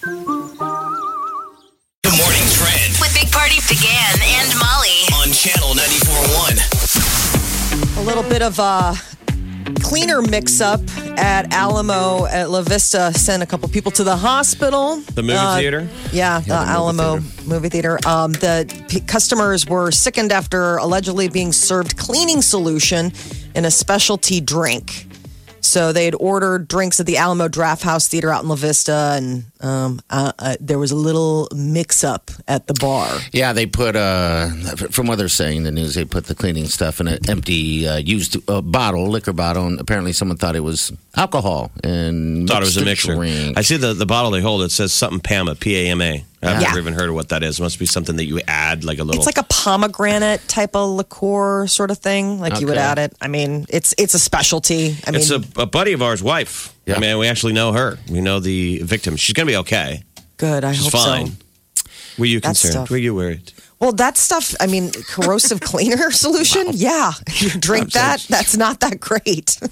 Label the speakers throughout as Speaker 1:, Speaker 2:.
Speaker 1: The morning trend
Speaker 2: With Big Party began and Molly.
Speaker 1: on channel 94.1.
Speaker 3: A little bit of a cleaner mix up at Alamo at La Vista sent a couple people to the hospital.
Speaker 4: The movie
Speaker 3: Uh,
Speaker 4: theater.
Speaker 3: Yeah, the,
Speaker 5: movie
Speaker 3: Alamo movie theater. Um, the p- customers were sickened after allegedly being served cleaning solution in a specialty drink. So they had ordered drinks at the Alamo Draft House Theater out in La Vista, and um, uh, uh, there was a little mix up at the bar.
Speaker 6: Yeah, they put uh, from what they're saying in the news, they put the cleaning stuff in an empty uh, used uh, bottle, liquor bottle, and apparently someone thought it was alcohol and
Speaker 4: Thought it was a
Speaker 6: mixed
Speaker 4: mixture.
Speaker 6: drink.
Speaker 4: I see the, the bottle they hold. It says something Pama, P A M A. I've
Speaker 3: Yeah.
Speaker 4: never even heard of what that is. must be something that you add, like a little.
Speaker 3: It's like a pomegranate type of liqueur sort of thing. Like you would
Speaker 6: Okay.
Speaker 3: add it. I mean, it's it's a specialty. I mean,
Speaker 4: It's a, a buddy of ours' wife. I
Speaker 6: Yeah.
Speaker 4: mean, we actually know her. We know the victim. She's going to be okay.
Speaker 3: good. I
Speaker 4: She's
Speaker 3: hope
Speaker 4: fine.
Speaker 3: so.
Speaker 4: Were you
Speaker 3: That's
Speaker 4: concerned?
Speaker 3: tough.
Speaker 4: Were you worried?
Speaker 3: Well, that stuff. I mean, corrosive cleaner solution. Yeah, if you drink that. That's not that great.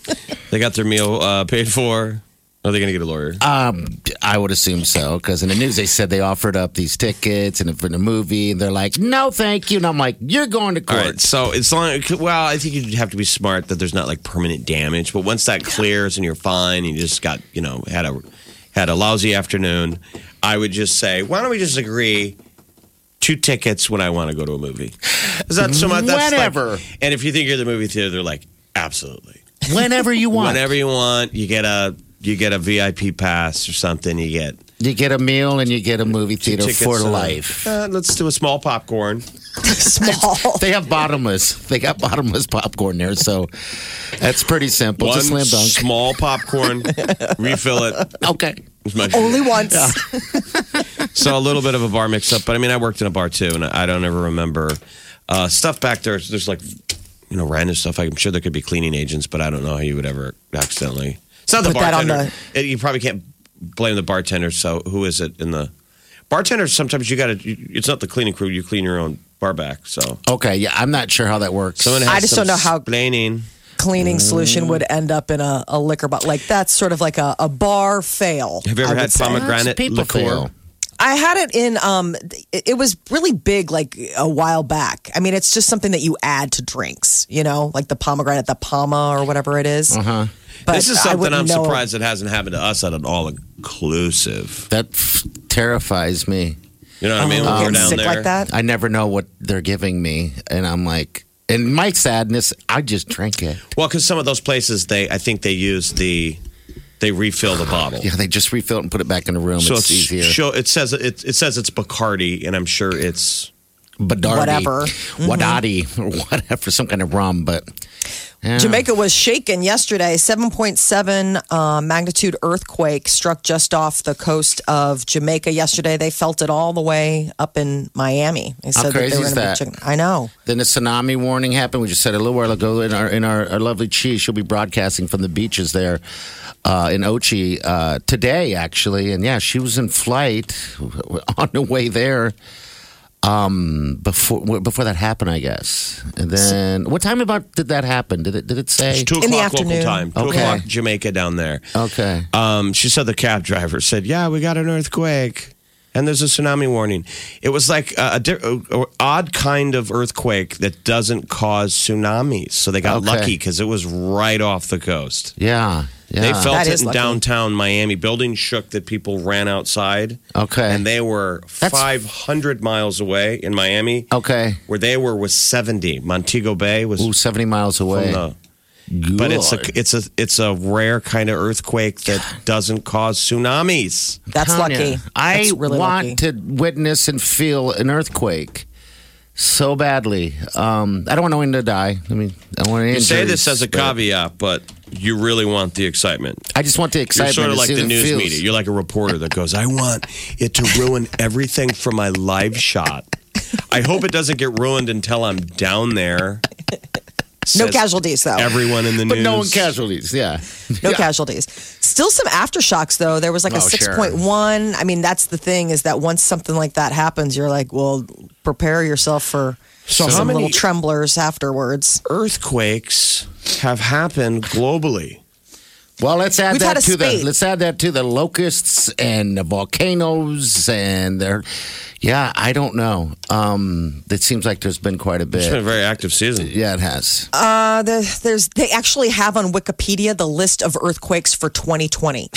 Speaker 4: They got their meal uh, paid for. Are they going to get a lawyer?
Speaker 6: Um, I would assume so because in the news they said they offered up these tickets and for the movie, and they're like, "No, thank you." And I'm like, "You're going to
Speaker 4: All
Speaker 6: court."
Speaker 4: right. So it's long. Well, I think you have to be smart that there's not like permanent damage. But once that clears and you're fine, and you just got you know had a had a lousy afternoon. I would just say, why don't we just agree two tickets when I want to go to a movie? Is that so much? That's like-
Speaker 6: Whenever.
Speaker 4: and if you think you're the movie theater, they're like, absolutely.
Speaker 6: Whenever you want,
Speaker 4: Whenever you want, you get a you get a VIP pass or something. You get
Speaker 6: you get a meal and you get a movie
Speaker 4: two
Speaker 6: theater
Speaker 4: tickets,
Speaker 6: for
Speaker 4: uh,
Speaker 6: life.
Speaker 4: Uh, let's do a small popcorn.
Speaker 3: Small.
Speaker 6: They have bottomless. They got bottomless popcorn there, so that's pretty simple.
Speaker 4: One
Speaker 6: It's a slam dunk.
Speaker 4: small popcorn. refill it.
Speaker 6: okay.
Speaker 4: It's my-
Speaker 3: Only once.
Speaker 4: So a little bit of a bar mix up, but I mean, I worked in a bar too, and I don't ever remember uh, stuff back there. There's like, you know, random stuff. I'm sure there could be cleaning agents, but I don't know how you would ever accidentally. It's not the
Speaker 3: Put that on
Speaker 4: bartender. It- you probably can't blame the bartender. So who is it in the bartender? Sometimes you got to. It's not the cleaning crew. You clean your own bar back. So
Speaker 6: Okay. Yeah, I'm not sure how that works.
Speaker 4: someone has
Speaker 3: I just
Speaker 4: some
Speaker 3: don't know how-
Speaker 4: explaining.
Speaker 3: Cleaning solution would
Speaker 4: Mm.
Speaker 3: end up in a, a liquor bottle. Like that's sort of like a, a bar fail.
Speaker 4: Have you ever
Speaker 3: I
Speaker 4: had
Speaker 3: would say.
Speaker 4: pomegranate
Speaker 6: People
Speaker 4: liqueur?
Speaker 6: fail.
Speaker 3: I had it in. Um, it it was really big, like a while back. I mean, it's just something that you add to drinks. You know, like the pomegranate, the palma, or whatever it is. Uh-huh. But
Speaker 4: This is
Speaker 3: I
Speaker 4: something
Speaker 3: wouldn't
Speaker 4: I'm
Speaker 3: know.
Speaker 4: surprised it hasn't happened to us at an all inclusive.
Speaker 6: That f- terrifies me.
Speaker 4: You know what I mean?
Speaker 3: Uh-huh. Get
Speaker 4: When we're down
Speaker 3: sick
Speaker 4: there.
Speaker 3: like that.
Speaker 6: I never know what they're giving me, and I'm like, and my sadness, I just drink it.
Speaker 4: Well, because some of those places, they I think they use the they refill the bottle.
Speaker 6: Yeah, they just refill it and put it back in the room.
Speaker 4: So
Speaker 6: it's,
Speaker 4: it's,
Speaker 6: easier.
Speaker 4: show- it says it, it says it's Bacardi, and I'm sure it's
Speaker 6: Badardi,
Speaker 3: Whatever.
Speaker 6: Wadati, or whatever, some kind of rum. But yeah.
Speaker 3: Jamaica was shaken yesterday. 7.7 uh, magnitude earthquake struck just off the coast of Jamaica yesterday. They felt it all the way up in Miami. They
Speaker 6: How
Speaker 3: said that
Speaker 6: crazy
Speaker 3: they were
Speaker 6: is
Speaker 3: gonna
Speaker 6: that?
Speaker 3: Be shaken. I know.
Speaker 6: Then the tsunami warning happened. We just said a little while ago in our in our, our lovely Chi, she'll be broadcasting from the beaches there uh, in Ochi uh, today, actually. And yeah, she was in flight on the way there um, before before that happened, I guess. And then what time about did that happen? Did it did it say?
Speaker 4: it's two
Speaker 3: In the
Speaker 4: o'clock local
Speaker 3: afternoon.
Speaker 4: time, two
Speaker 6: Okay.
Speaker 4: o'clock Jamaica down there.
Speaker 6: Okay.
Speaker 4: Um, she said the cab driver said, "Yeah, we got an earthquake." And there's a tsunami warning. It was like a, a, di- a- a odd kind of earthquake that doesn't cause tsunamis. So they got
Speaker 6: Okay.
Speaker 4: lucky because it was right off the coast.
Speaker 6: Yeah. Yeah.
Speaker 4: They felt
Speaker 3: That
Speaker 4: it
Speaker 3: is
Speaker 4: in
Speaker 3: lucky.
Speaker 4: downtown Miami. Buildings shook that people ran outside.
Speaker 6: Okay.
Speaker 4: And they were
Speaker 6: That's-
Speaker 4: 500 miles away in Miami,
Speaker 6: okay.
Speaker 4: where they were was 70. Montego Bay was
Speaker 6: Ooh, 70 miles away.
Speaker 4: from the. But it's a
Speaker 6: Good.
Speaker 4: it's a it's a rare kind of earthquake that doesn't cause tsunamis.
Speaker 3: That's
Speaker 6: telling
Speaker 3: lucky.
Speaker 6: you, I
Speaker 3: That's really
Speaker 6: want
Speaker 3: lucky.
Speaker 6: to witness and feel an earthquake so badly. Um, I don't want anyone to die. I mean, I don't want any
Speaker 4: You say this
Speaker 6: injuries,
Speaker 4: as a
Speaker 6: but-
Speaker 4: caveat, but you really want the excitement.
Speaker 6: I just want the
Speaker 4: You're
Speaker 6: excitement.
Speaker 4: sort of
Speaker 6: as
Speaker 4: like
Speaker 6: soon
Speaker 4: the
Speaker 6: as it
Speaker 4: news
Speaker 6: feels.
Speaker 4: media. You're like a reporter that goes, I want it to ruin everything for my live shot. I hope it doesn't get ruined until I'm down there.
Speaker 3: No
Speaker 4: Says
Speaker 3: casualties, though.
Speaker 4: Everyone in the
Speaker 6: But
Speaker 4: news.
Speaker 6: no one casualties. Yeah.
Speaker 3: No casualties. Still some aftershocks, though. There was like a
Speaker 6: Oh, sure.
Speaker 3: 6.1. I mean, that's the thing is that once something like that happens, you're like, well, prepare yourself for
Speaker 4: So how
Speaker 3: some
Speaker 4: many-
Speaker 3: little tremblers afterwards.
Speaker 4: Earthquakes have happened globally.
Speaker 6: Well, let's add
Speaker 3: We've
Speaker 6: that
Speaker 3: had a
Speaker 6: to the
Speaker 3: spate.
Speaker 6: let's add that to the locusts and the volcanoes and their yeah. I don't know. Um, it seems like there's been quite a
Speaker 4: It's been a
Speaker 6: bit.
Speaker 4: very active season.
Speaker 6: Yeah, it has.
Speaker 3: Uh, the, there's they actually have on Wikipedia the list of earthquakes for 2020.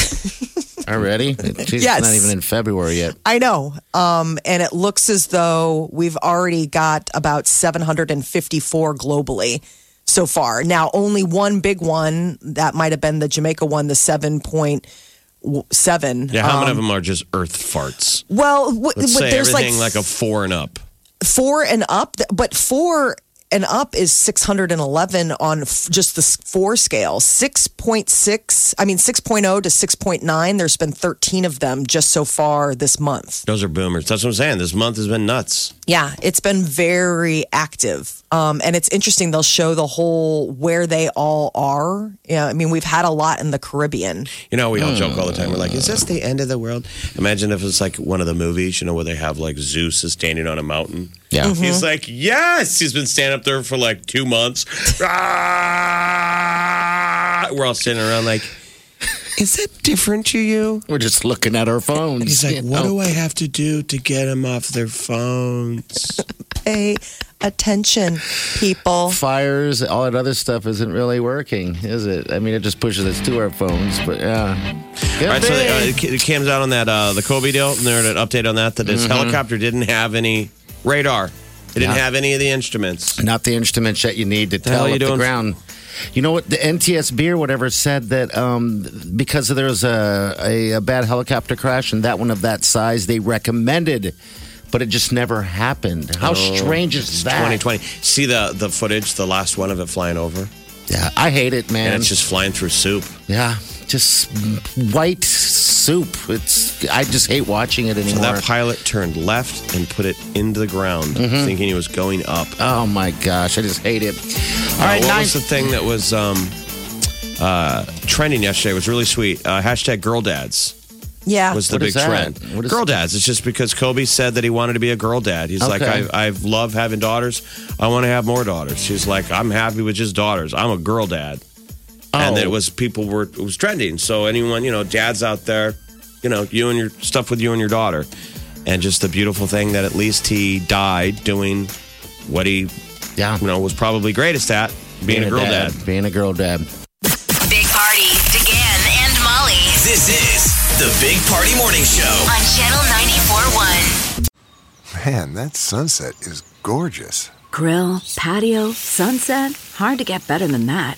Speaker 6: Already? Jeez,
Speaker 3: Yes.
Speaker 6: It's not even in February yet.
Speaker 3: I know. Um, and it looks as though we've already got about 754 globally so far. Now, only one big one, that might have been the Jamaica one, the 7.7.
Speaker 4: Yeah, how many
Speaker 3: Um,
Speaker 4: of them are just earth farts?
Speaker 3: Well, w-
Speaker 4: Let's
Speaker 3: w-
Speaker 4: say
Speaker 3: there's like,
Speaker 4: everything like, a four and up.
Speaker 3: four and up, th- but four and up is 611 on f- just the s- four scale. 6.6, I mean, 6.0 to 6.9. There's been 13 of them just so far this month.
Speaker 4: Those are boomers. That's what I'm saying. This month has been nuts.
Speaker 3: Yeah, it's been very active. Um, and it's interesting, they'll show the whole where they all are. Yeah, I mean, we've had a lot in the Caribbean.
Speaker 4: You know, we all joke all the time. We're like, is this the end of the world? Imagine if it's like one of the movies, you know, where they have like Zeus is standing on a mountain.
Speaker 6: Yeah.
Speaker 4: He's like, yes, he's been standing up there for like two months. Ah! We're all sitting around like, is that different to you?
Speaker 6: We're just looking at our phones.
Speaker 4: He's like,
Speaker 6: you
Speaker 4: what
Speaker 6: know?
Speaker 4: do I have to do to get them off their phones?
Speaker 3: Pay attention, people.
Speaker 6: Fires, all that other stuff isn't really working, is it? I mean, it just pushes us to our phones, but yeah. Good
Speaker 4: All right, so
Speaker 6: thing.
Speaker 4: uh, it ca- it comes out on that uh, the Kobe deal, and there an update on that that his helicopter didn't have any radar. It didn't
Speaker 6: Mm-hmm. Yeah.
Speaker 4: have any of the instruments.
Speaker 6: not the instruments that you need to
Speaker 4: hell
Speaker 6: tell
Speaker 4: are
Speaker 6: if
Speaker 4: you
Speaker 6: the
Speaker 4: doing?
Speaker 6: ground. You know what? The NTSB or whatever said that um, because there was a, a, a bad helicopter crash and that one of that size, they recommended, but it just never happened.
Speaker 4: Oh.
Speaker 6: How strange is that?
Speaker 4: 2020. See the the footage, the last one of it flying over, and,
Speaker 6: Yeah, I hate it, man.
Speaker 4: it's just flying through soup.
Speaker 6: yeah, just white soup. It's I just hate watching it
Speaker 4: So
Speaker 6: anymore.
Speaker 4: that pilot turned left and put it into the ground,
Speaker 6: Mm-hmm.
Speaker 4: thinking he was going up.
Speaker 6: oh my gosh, I just hate it. All
Speaker 4: Uh,
Speaker 6: right,
Speaker 4: what
Speaker 6: nine.
Speaker 4: was the thing that was um, uh, trending yesterday? It was really sweet. Uh, hashtag girl dads.
Speaker 3: Yeah.
Speaker 4: was the
Speaker 6: What
Speaker 4: big
Speaker 6: is that?
Speaker 4: trend.
Speaker 6: What is-
Speaker 4: girl dads. It's just because Kobe said that he wanted to be a girl dad. He's like,
Speaker 6: Okay.
Speaker 4: I, I love having daughters. I want to have more daughters. She's like, I'm happy with just daughters. I'm a girl dad. And
Speaker 6: Oh.
Speaker 4: it was people were it was trending. So anyone you know, dads out there, you know, you and your stuff with you and your daughter, and just the beautiful thing that at least he died doing what he
Speaker 6: yeah,
Speaker 4: you know was probably greatest at being, a girl dad.
Speaker 6: Being a girl dad.
Speaker 2: Big Party, DeGan and Molly
Speaker 1: This is the Big Party Morning Show.
Speaker 2: on Channel 94.1.
Speaker 5: Man, that sunset is gorgeous.
Speaker 7: Grill, patio, sunset. Hard to get better than that.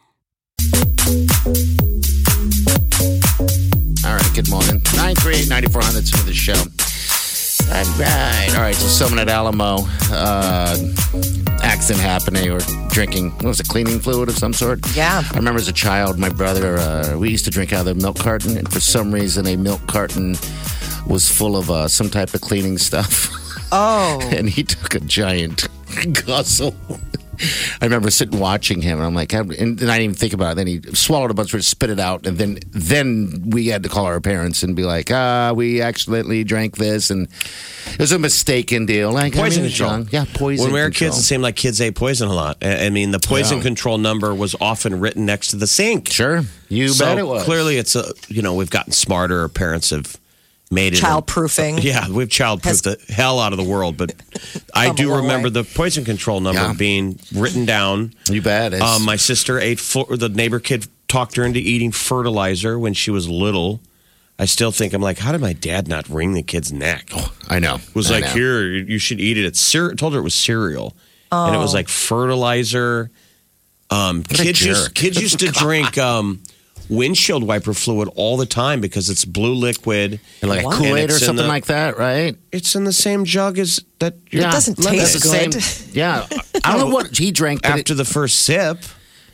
Speaker 6: All right, good morning. 938 9400 some of the show. All right. All right, so someone at Alamo, uh, accident happening or drinking, what was it, cleaning fluid of some sort?
Speaker 3: Yeah.
Speaker 6: I remember as a child, my brother, uh, we used to drink out of the milk carton, and for some reason, a milk carton was full of uh, some type of cleaning stuff.
Speaker 3: oh.
Speaker 6: and he took a giant guzzle. I remember sitting watching him, and I'm like, and, and I didn't even think about it. Then he swallowed a bunch of it, spit it out, and then then we had to call our parents and be like, ah, we accidentally drank this, and it was a mistaken deal. Like I
Speaker 4: Poison
Speaker 6: mean, it's
Speaker 4: control.
Speaker 6: young. yeah, poison.
Speaker 4: When we were
Speaker 6: control.
Speaker 4: kids, it seemed like kids ate poison a lot. I I mean, the poison
Speaker 6: Yeah.
Speaker 4: control number was often written next to the sink.
Speaker 6: sure, you
Speaker 4: so
Speaker 6: bet it was
Speaker 4: clearly it's a you know we've gotten smarter. Our parents have made it a-
Speaker 3: Child proofing.
Speaker 4: Yeah, we've child proofed the hell out of the world. But I
Speaker 3: Come a
Speaker 4: do
Speaker 3: long
Speaker 4: remember
Speaker 3: way.
Speaker 4: the poison control number
Speaker 6: Yeah.
Speaker 4: being written down.
Speaker 6: You bet. It's-
Speaker 4: Um, my sister ate four, the neighbor kid talked her into eating fertilizer when she was little. I still think I'm like, how did my dad not wring the kid's neck?
Speaker 6: I know.
Speaker 4: was
Speaker 6: I
Speaker 4: like,
Speaker 6: know.
Speaker 4: here, you you should eat it. It's cere- told her it was cereal, and it was like fertilizer. Um,
Speaker 6: Oh. a
Speaker 4: kids used
Speaker 6: jerk.
Speaker 4: kids used to drink um, windshield wiper fluid all the time because it's blue liquid,
Speaker 6: like
Speaker 4: and
Speaker 6: Kool Aid or
Speaker 4: it's in
Speaker 6: something
Speaker 4: the-
Speaker 6: like that, right?
Speaker 4: It's in the same jug as that.
Speaker 6: Yeah,
Speaker 3: It doesn't
Speaker 6: Lemon.
Speaker 3: taste
Speaker 6: It's the
Speaker 3: good.
Speaker 6: same- Yeah, I don't know what he drank. But
Speaker 4: After the first sip,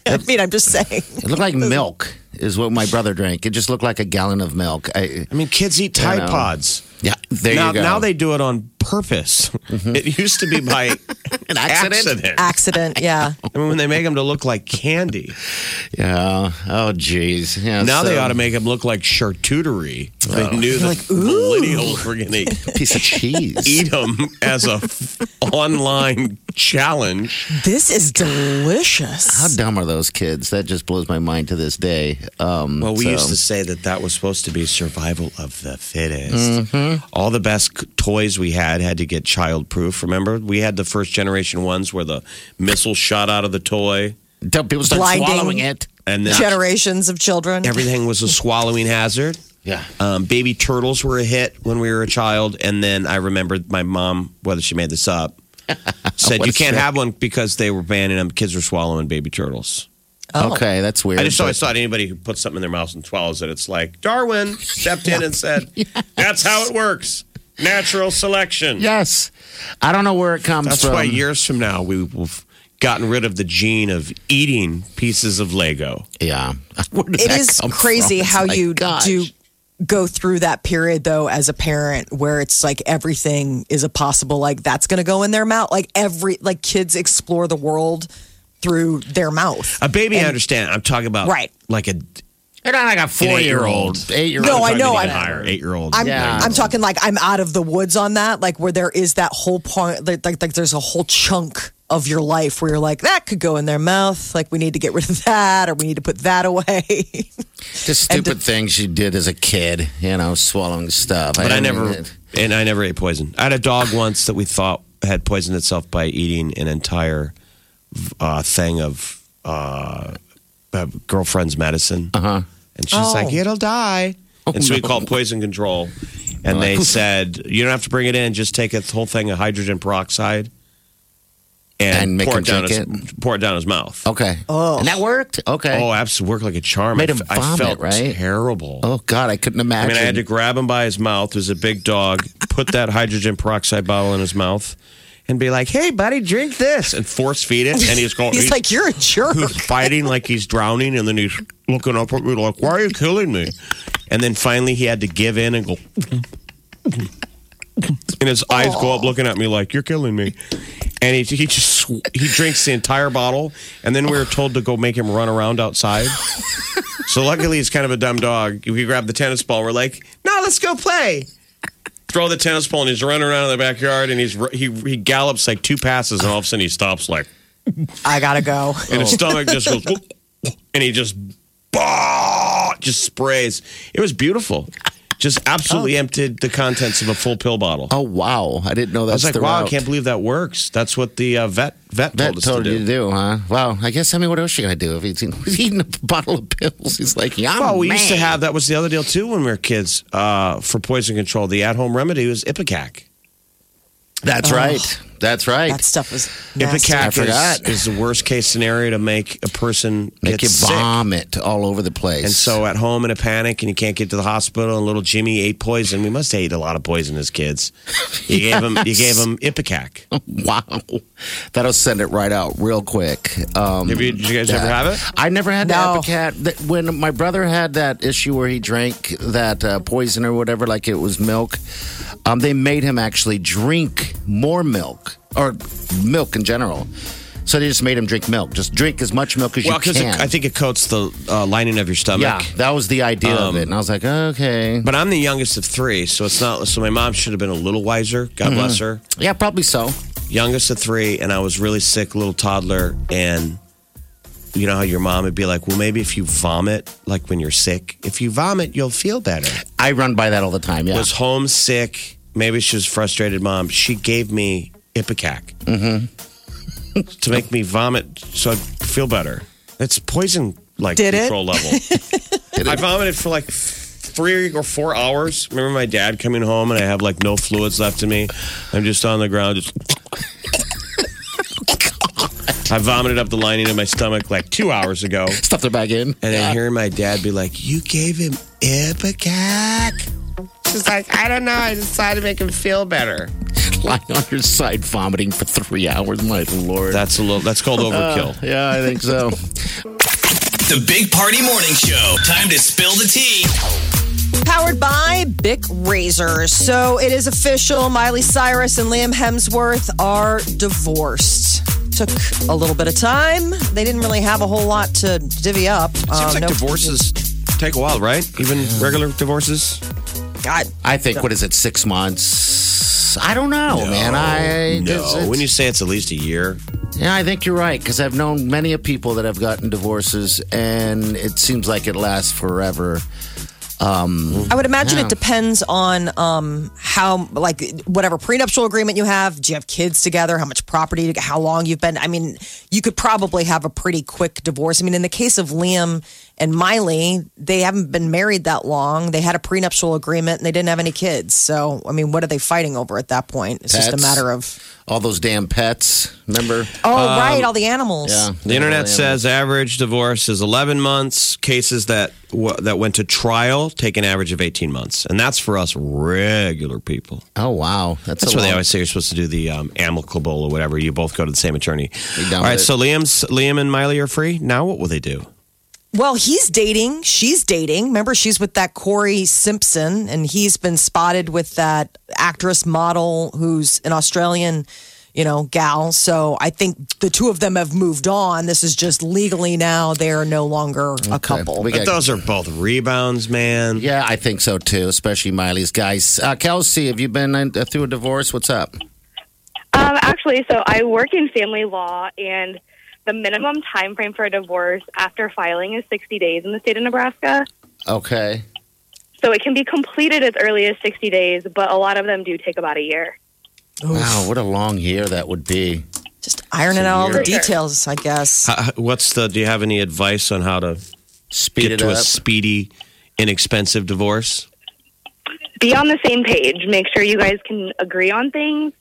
Speaker 3: I mean, I'm just saying.
Speaker 6: it, it looked like milk. Is what my brother drank. It just looked like a gallon of milk. I,
Speaker 4: I mean, kids eat
Speaker 6: I
Speaker 4: Tide
Speaker 6: know.
Speaker 4: Pods.
Speaker 6: yeah, there
Speaker 4: now,
Speaker 6: you go. Mm-hmm.
Speaker 4: now they do it on purpose. It used to be by
Speaker 6: an accident.
Speaker 3: Accident, yeah.
Speaker 4: I mean, when they make them to look like candy,
Speaker 6: Yeah. Oh, jeez. Yeah.
Speaker 4: now they
Speaker 6: so-
Speaker 4: ought to make them look like charcuterie. They knew that millennials were going to
Speaker 6: piece of cheese.
Speaker 4: eat them as a f- online challenge.
Speaker 3: This is delicious.
Speaker 6: How dumb are those kids? That just blows my mind to this day. Um,
Speaker 4: Well, we
Speaker 6: so-
Speaker 4: used to say that that was supposed to be survival of the fittest. All the best c- toys we had had to get childproof. Remember, we had the first generation ones where the missile shot out of the toy,
Speaker 6: Tell people start
Speaker 3: Blinding.
Speaker 6: swallowing it.
Speaker 4: and then
Speaker 3: Generations of children.
Speaker 4: everything was a swallowing hazard.
Speaker 6: Yeah.
Speaker 4: Um, baby turtles were a hit when we were a child, and then I remembered my mom, whether she made this up, said
Speaker 6: What
Speaker 4: you
Speaker 6: a
Speaker 4: can't
Speaker 6: trick.
Speaker 4: have one because they were banning them. Kids were swallowing baby turtles.
Speaker 3: Oh.
Speaker 6: Okay, that's weird.
Speaker 4: I just always
Speaker 6: but-
Speaker 4: thought anybody who puts something in their mouth and swallows it, it's like Darwin stepped in and said, "That's how it works, natural selection."
Speaker 6: Yes. I don't know where it comes
Speaker 4: That's
Speaker 6: from.
Speaker 4: why years from now we will have gotten rid of the gene of eating pieces of Lego.
Speaker 6: Yeah. Where did
Speaker 3: it
Speaker 6: that
Speaker 3: is
Speaker 6: come
Speaker 3: crazy
Speaker 6: from?
Speaker 3: how
Speaker 6: It's like,
Speaker 3: you
Speaker 6: gosh.
Speaker 3: do go through that period though as a parent where it's like everything is a possible like that's going to go in their mouth like every like kids explore the world through their mouth
Speaker 4: A baby, I understand. I'm talking about
Speaker 3: Right.
Speaker 4: like a
Speaker 6: They're not like a four year old,
Speaker 4: eight-year-old.
Speaker 6: eight year old.
Speaker 3: No, I know, I-
Speaker 4: higher eight year old.
Speaker 3: I'm
Speaker 6: Yeah.
Speaker 3: I'm talking like I'm out of the woods on that like where there is that whole point like like, like there's a whole chunk of your life where you're like that could go in their mouth like we need to get rid of that or we need to put that away
Speaker 6: Just stupid things you did as a kid, you know, swallowing stuff.
Speaker 4: But I
Speaker 6: mean,
Speaker 4: never,
Speaker 6: it-
Speaker 4: and I never ate poison. I had a dog once that we thought had poisoned itself by eating an entire uh, thing of uh, uh, girlfriend's medicine. Uh-huh. And she's like, "It'll die." and so we called poison control, and they said, "You don't have to bring it in. Just take a whole thing of hydrogen peroxide."
Speaker 6: And
Speaker 4: And,
Speaker 6: make
Speaker 4: pour,
Speaker 6: him
Speaker 4: it down his,
Speaker 6: drink
Speaker 4: pour it down his mouth.
Speaker 6: Okay. Oh. And that worked? Okay.
Speaker 4: Oh, absolutely. Worked like a charm.
Speaker 6: Made
Speaker 4: I
Speaker 6: him
Speaker 4: f- I
Speaker 6: vomit,
Speaker 4: felt
Speaker 6: right?
Speaker 4: terrible.
Speaker 6: Oh, God, I couldn't
Speaker 4: I
Speaker 6: imagine.
Speaker 4: mean, I had to grab him by his mouth. There's a big dog. Put that hydrogen peroxide bottle in his mouth, and be like, "Hey, buddy, drink this," and force feed it. And he's going,
Speaker 3: he's, like you're a jerk
Speaker 4: he's fighting like he's drowning, and then he's looking up at me like, "Why are you killing me?" And then finally, he had to give in and go. And his eyes go up, looking at me like you're killing me. And he, he just sw- he drinks the entire bottle, and then we were told to go make him run around outside. So luckily, he's kind of a dumb dog. We grab the tennis ball. We're like, "No, let's go play." Throw the tennis ball, and he's running around in the backyard, and he's r- he he gallops like two passes, and all of a sudden he stops like
Speaker 3: I got to go
Speaker 4: and
Speaker 6: Oh.
Speaker 4: his stomach just goes, whoop, whoop, and he just, bah, just sprays. It was beautiful. Just absolutely emptied the contents of a full pill bottle.
Speaker 6: oh, wow. I didn't know
Speaker 4: I
Speaker 6: that's
Speaker 4: was like,
Speaker 6: the
Speaker 4: wow,
Speaker 6: route.
Speaker 4: I can't believe that works. That's what the uh, vet vet
Speaker 6: That
Speaker 4: told us
Speaker 6: told
Speaker 4: to
Speaker 6: you
Speaker 4: do.
Speaker 6: to do, huh? Wow. I guess, I mean, what else are you going to do if he's, eating- he's eating a bottle of pills? He's like, yeah, I'm
Speaker 4: Well, Oh, we used to
Speaker 6: mad.
Speaker 4: have that was the other deal too when we were kids uh, for poison control. The at-home remedy was Ipecac.
Speaker 6: That's right. That's right.
Speaker 3: that stuff was nasty.
Speaker 6: I
Speaker 4: Ipecac
Speaker 6: forgot.
Speaker 4: is, is the worst case scenario to make a person
Speaker 6: Make
Speaker 4: get
Speaker 6: you
Speaker 4: sick.
Speaker 6: vomit all over the place.
Speaker 4: And so at home in a panic and you can't get to the hospital and little Jimmy ate poison. We must have ate a lot of poison as kids. You gave him you gave him Ipecac.
Speaker 6: wow, that'll send it right out real quick. Um,
Speaker 4: Have you- did you guys ever have it?
Speaker 6: I never had
Speaker 3: No.
Speaker 6: the Epicat. That- When my brother had that issue where he drank that uh, poison or whatever, like it was milk, um, they made him actually drink more milk or milk in general. So they just made him drink milk. Just drink as much milk as
Speaker 4: Well,
Speaker 6: you
Speaker 4: because
Speaker 6: can.
Speaker 4: I think it coats the uh, lining of your stomach.
Speaker 6: yeah, that was the idea of
Speaker 4: Um,
Speaker 6: it, and I was like, okay,
Speaker 4: But I'm the youngest of three, so it's not. So my mom should have been a little wiser. God bless her.
Speaker 6: yeah, probably so.
Speaker 4: Youngest of three, and I was really sick, little toddler, and you know how your mom would be like, "Well, maybe if you vomit, like when you're sick, if you vomit, you'll feel better."
Speaker 6: I run by that all the time. Yeah,
Speaker 4: Was homesick. Maybe she was frustrated. Mom, she gave me Ipecac
Speaker 3: Mm-hmm.
Speaker 4: to make me vomit, so I feel better. It's poison like
Speaker 3: Did it?
Speaker 4: control level. I vomited for like three or four hours. Remember my dad coming home and I have like no fluids left in me. I'm just on the ground, just. I vomited up the lining of my stomach like two hours ago.
Speaker 6: stuff it back in.
Speaker 4: And then hearing my dad be like, You gave him Ipecac? She's like, I don't know. I decided to make him feel better.
Speaker 6: lying on your side vomiting for three hours. My lord.
Speaker 4: That's a little, that's
Speaker 6: Uh,
Speaker 4: called overkill.
Speaker 6: yeah, I think so.
Speaker 1: The Big Party Morning Show. Time to spill the tea.
Speaker 3: Powered by Bic Razors. So it is official. Miley Cyrus and Liam Hemsworth are divorced. Took a little bit of time. They didn't really have a whole lot to divvy up.
Speaker 6: uh,
Speaker 4: Seems
Speaker 3: Um,
Speaker 4: like
Speaker 3: no-
Speaker 4: divorces take a while, right? Even regular divorces?
Speaker 3: God,
Speaker 6: I think what is it? Six months. I don't know, man. I it's-
Speaker 4: No.
Speaker 6: it's-
Speaker 4: When you say it's at least a year,
Speaker 6: yeah, I think you're right because I've known many of people that have gotten divorces, and it seems like it lasts forever.
Speaker 3: I would imagine it
Speaker 6: Yeah.
Speaker 3: depends on um, how, like, whatever prenuptial agreement you have. Do you have kids together? How much property? How long you've been? I mean, you could probably have a pretty quick divorce. I mean, in the case of Liam and Miley, they haven't been married that long. They had a prenuptial agreement and they didn't have any kids. So, I mean, what are they fighting over at that point? It's just a
Speaker 6: Pets.
Speaker 3: matter of.
Speaker 6: All those damn pets. Remember?
Speaker 3: Oh, right. All the animals.
Speaker 6: Um, Yeah.
Speaker 4: The internet says average divorce is 11 months. Cases that w- that went to trial take an average of 18 months, and that's for us regular people.
Speaker 6: Oh wow, that's,
Speaker 4: That's
Speaker 6: a
Speaker 4: why they
Speaker 6: long-
Speaker 4: always say you're supposed to do the um, amicable or whatever. You both go to the same attorney.
Speaker 6: They
Speaker 4: All
Speaker 6: done
Speaker 4: right,
Speaker 6: with it.
Speaker 4: so Liam's, Liam and Miley are free. Now what will they do?
Speaker 3: Well, he's dating. She's dating. Remember, she's with that Corey Simpson, and he's been spotted with that actress model who's an Australian, you know, gal. So I think the two of them have moved on. This is just legally now they are no longer a couple.
Speaker 6: We got-
Speaker 4: But those are both rebounds, man.
Speaker 6: yeah, I think so too. Especially Miley's guys. Uh, Kelsey, have you been uh, through a divorce? What's up?
Speaker 8: Um, actually, so I work in family law, and the minimum time frame for a divorce after filing is 60 days in the state of Nebraska.
Speaker 6: Okay.
Speaker 8: So it can be completed as early as 60 days, but a lot of them do take about a year.
Speaker 6: Wow, what a long year that would be.
Speaker 3: Just ironing out all the
Speaker 8: For sure.
Speaker 3: details, I guess.
Speaker 4: Uh, what's the? Do you have any advice on how to
Speaker 6: Speed
Speaker 4: get
Speaker 6: it
Speaker 4: to a
Speaker 6: up.
Speaker 4: speedy, inexpensive divorce?
Speaker 8: Be on the same page. Make sure you guys can agree on things.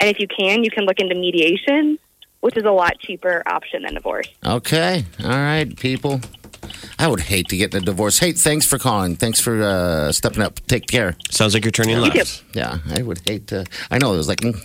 Speaker 8: And if you can, you can look into mediation, which is a lot cheaper option than divorce.
Speaker 6: Okay. All right, people. I would hate to get in a divorce. Hey, thanks for calling. Thanks for uh, stepping up. Take care.
Speaker 4: Sounds like you're turning
Speaker 8: You
Speaker 4: left.
Speaker 6: Yeah, I would hate to. I know it was like, mm,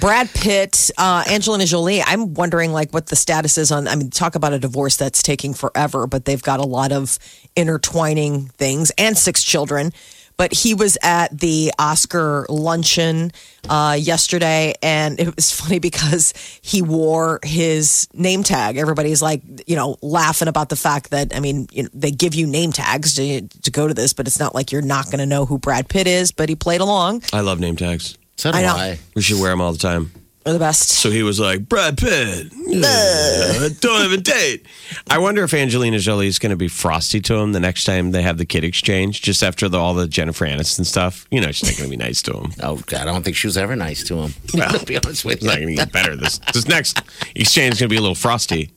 Speaker 3: Brad Pitt, uh, Angelina Jolie. I'm wondering, like, what the status is on. I mean, talk about a divorce that's taking forever, but they've got a lot of intertwining things and six children. But he was at the Oscar luncheon uh, yesterday, and it was funny because he wore his name tag. Everybody's like, you know, laughing about the fact that, I mean, you know, they give you name tags to, to go to this, but it's not like you're not going to know who Brad Pitt is, but he played along.
Speaker 4: I love name tags.
Speaker 6: so do
Speaker 3: I
Speaker 6: I.
Speaker 3: know.
Speaker 4: We should wear them all the time.
Speaker 3: They're the best.
Speaker 4: So he was like, Brad Pitt, uh, don't have a date. I wonder if Angelina Jolie is going to be frosty to him the next time they have the kid exchange, just after the, all the Jennifer Aniston stuff. You know, she's not going to be nice to him.
Speaker 6: Oh, God, I don't think she was ever nice to him. to be honest with
Speaker 4: It's
Speaker 6: you.
Speaker 4: not going to get better. This, this next exchange is going to be a little frosty.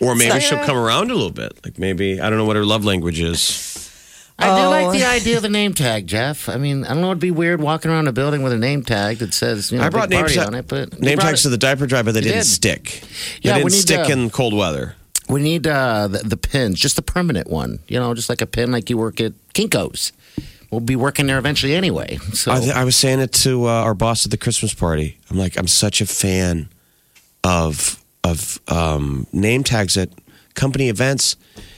Speaker 4: Or maybe she'll come around a little bit. Like maybe, I don't know what her love language is.
Speaker 6: I do
Speaker 3: Oh.
Speaker 6: like the idea of the name tag, Jeff. I mean, I don't know, it'd be weird walking around a building with a name tag that says, you know,
Speaker 4: I brought
Speaker 6: big
Speaker 4: name,
Speaker 6: party
Speaker 4: ta-
Speaker 6: on it, but You
Speaker 4: name
Speaker 6: brought
Speaker 4: tags
Speaker 6: it.
Speaker 4: to the diaper drive, but they
Speaker 6: You
Speaker 4: didn't
Speaker 6: did.
Speaker 4: stick.
Speaker 6: Yeah,
Speaker 4: they
Speaker 6: we
Speaker 4: didn't
Speaker 6: need
Speaker 4: stick
Speaker 6: to-
Speaker 4: in cold weather.
Speaker 6: We need uh, the, the pins, just the permanent one. You know, just like a pin, like you work at Kinko's. We'll be working there eventually anyway. So
Speaker 4: I, th- I was saying it to uh, our boss at the Christmas party. I'm like, I'm such a fan of of um, name tags at company events,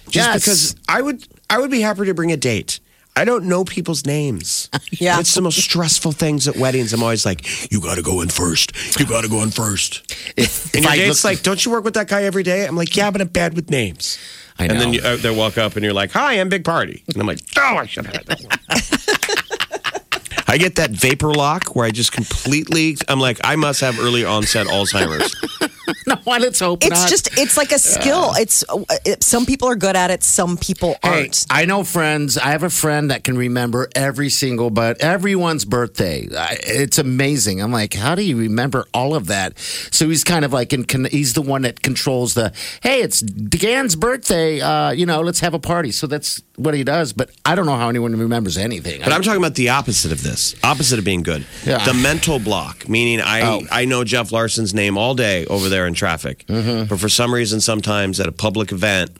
Speaker 4: just
Speaker 6: Yes.
Speaker 4: because I would I would be happy to bring a date. I don't know people's names.
Speaker 3: Yeah.
Speaker 4: It's the most stressful things at weddings. I'm always like, you got to go in first. You got to go in first.
Speaker 6: If,
Speaker 4: And
Speaker 6: if
Speaker 4: your
Speaker 6: I
Speaker 4: date's
Speaker 6: look-
Speaker 4: like, don't you work with that guy every day? I'm like, yeah, but I'm bad with names.
Speaker 6: I know.
Speaker 4: And then you, uh, they walk up and you're like, hi, I'm Big Party. And I'm like, oh, I should have had that one. I get that vapor lock where I just completely, I'm like, I must have early onset Alzheimer's.
Speaker 6: no, let's hope
Speaker 3: It's
Speaker 6: not.
Speaker 3: just it's like a skill. It's uh, it, some people are good at it, some people
Speaker 6: Hey,
Speaker 3: aren't.
Speaker 6: I know friends. I have a friend that can remember every single, but everyone's birthday. I, it's amazing. I'm like, how do you remember all of that? So he's kind of like, in, con- he's the one that controls the. Hey, it's Dan's birthday. Uh, you know, let's have a party. So that's what he does. But I don't know how anyone remembers anything.
Speaker 4: But I'm talking about the opposite of this, opposite of being good.
Speaker 6: Yeah.
Speaker 4: The mental block, meaning I,
Speaker 6: Oh.
Speaker 4: I know Jeff Larson's name all day over there in traffic. But for some reason, sometimes at a public event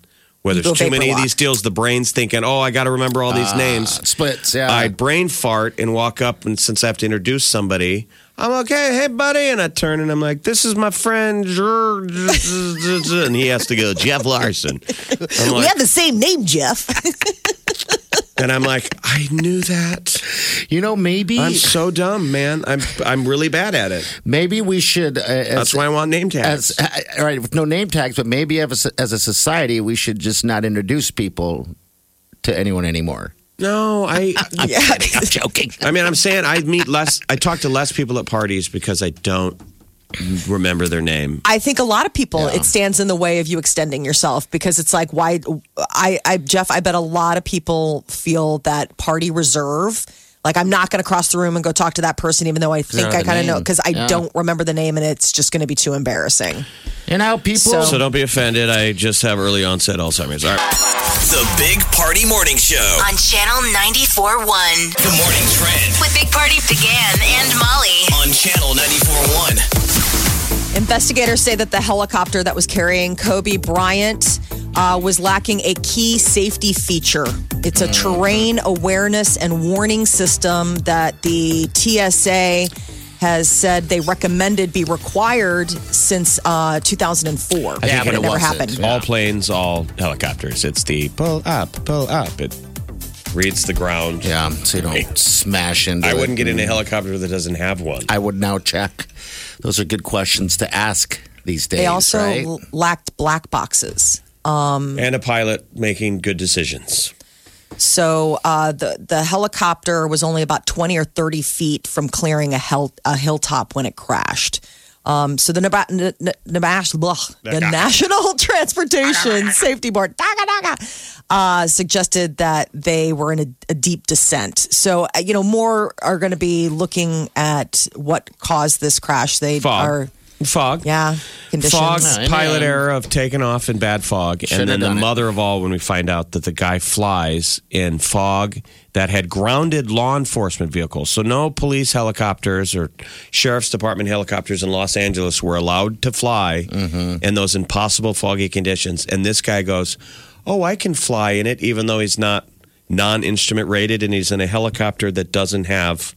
Speaker 4: where
Speaker 3: You
Speaker 4: there's
Speaker 3: go
Speaker 4: too many
Speaker 3: vaporwalk.
Speaker 4: of these deals, the brain's thinking, oh, I got to remember all these names.
Speaker 6: splits. Yeah,
Speaker 4: I brain fart and walk up, and since I have to introduce somebody, I'm like, hey, hey, buddy. And I turn and I'm like, this is my friend. And he has to go, Jeff Larson. I'm
Speaker 3: we
Speaker 4: like,
Speaker 3: have the same name, Jeff.
Speaker 4: and I'm like, I knew that.
Speaker 6: you know, maybe
Speaker 4: I'm so dumb, man. I'm I'm really bad at it.
Speaker 6: maybe we should. Uh, as-
Speaker 4: That's why I want name tags.
Speaker 6: as all right with no name tags, but maybe as a, as a society, we should just not introduce people to anyone anymore.
Speaker 4: no, I.
Speaker 3: yeah.
Speaker 6: I'm joking.
Speaker 4: I mean, I'm saying I meet less. I talk to less people at parties because I don't remember their name.
Speaker 3: I think a lot of people it stands in the way of you extending yourself because it's like why I, I Jeff I bet a lot of people feel that party reserve like I'm not going to cross the room and go talk to that person even though I think
Speaker 6: know
Speaker 3: I
Speaker 6: the
Speaker 3: kind of know
Speaker 6: name.
Speaker 3: because I
Speaker 6: Yeah.
Speaker 3: don't remember the name and it's just going to be too embarrassing.
Speaker 6: You know, people.
Speaker 3: So-
Speaker 4: So don't be offended. I just have early onset Alzheimer's. All right.
Speaker 1: The Big Party Morning Show.
Speaker 2: on Channel 94.1
Speaker 1: Good morning, trend
Speaker 2: with Big Party began and Molly.
Speaker 1: on Channel 94.1.
Speaker 3: Investigators say that the helicopter that was carrying Kobe Bryant uh, was lacking a key safety feature. It's a terrain awareness and warning system that the TSA has said they recommended be required since uh, 2004.
Speaker 6: Yeah, but
Speaker 3: it
Speaker 6: it
Speaker 3: never
Speaker 6: wasn't.
Speaker 3: happened.
Speaker 6: Yeah.
Speaker 4: All planes, all helicopters. It's the pull up, pull up. It reads the ground.
Speaker 6: yeah, so you don't smash into.
Speaker 4: I
Speaker 6: it.
Speaker 4: wouldn't get
Speaker 3: Mm.
Speaker 4: in a helicopter that doesn't have one.
Speaker 6: I would now check. Those are good questions to ask these days.
Speaker 3: They also
Speaker 6: right?
Speaker 3: lacked black boxes.
Speaker 4: And a pilot making good decisions.
Speaker 3: So uh, the the helicopter was only about twenty or thirty feet from clearing a, hell, a hilltop when it crashed. Um, so the, Neba- N- N- Nebash- blah, the National Transportation Safety Board daga, daga, uh, suggested that they were in a, a deep descent. So uh, you know more are going to be looking at what caused this crash. They
Speaker 4: Fog.
Speaker 3: are
Speaker 4: Fog.
Speaker 3: yeah conditions.
Speaker 4: Fog,
Speaker 6: No, I
Speaker 4: pilot
Speaker 6: mean-
Speaker 4: error of taking off in bad fog.
Speaker 6: Shouldn't
Speaker 4: and
Speaker 6: have
Speaker 4: then the
Speaker 6: done it.
Speaker 4: mother of all when we find out that the guy flies in fog that had grounded law enforcement vehicles. So no police helicopters or sheriff's department helicopters in Los Angeles were allowed to fly
Speaker 6: Mm-hmm.
Speaker 4: in those impossible foggy conditions. And this guy goes, Oh, I can fly in it, even though he's not non instrument rated and he's in a helicopter that doesn't have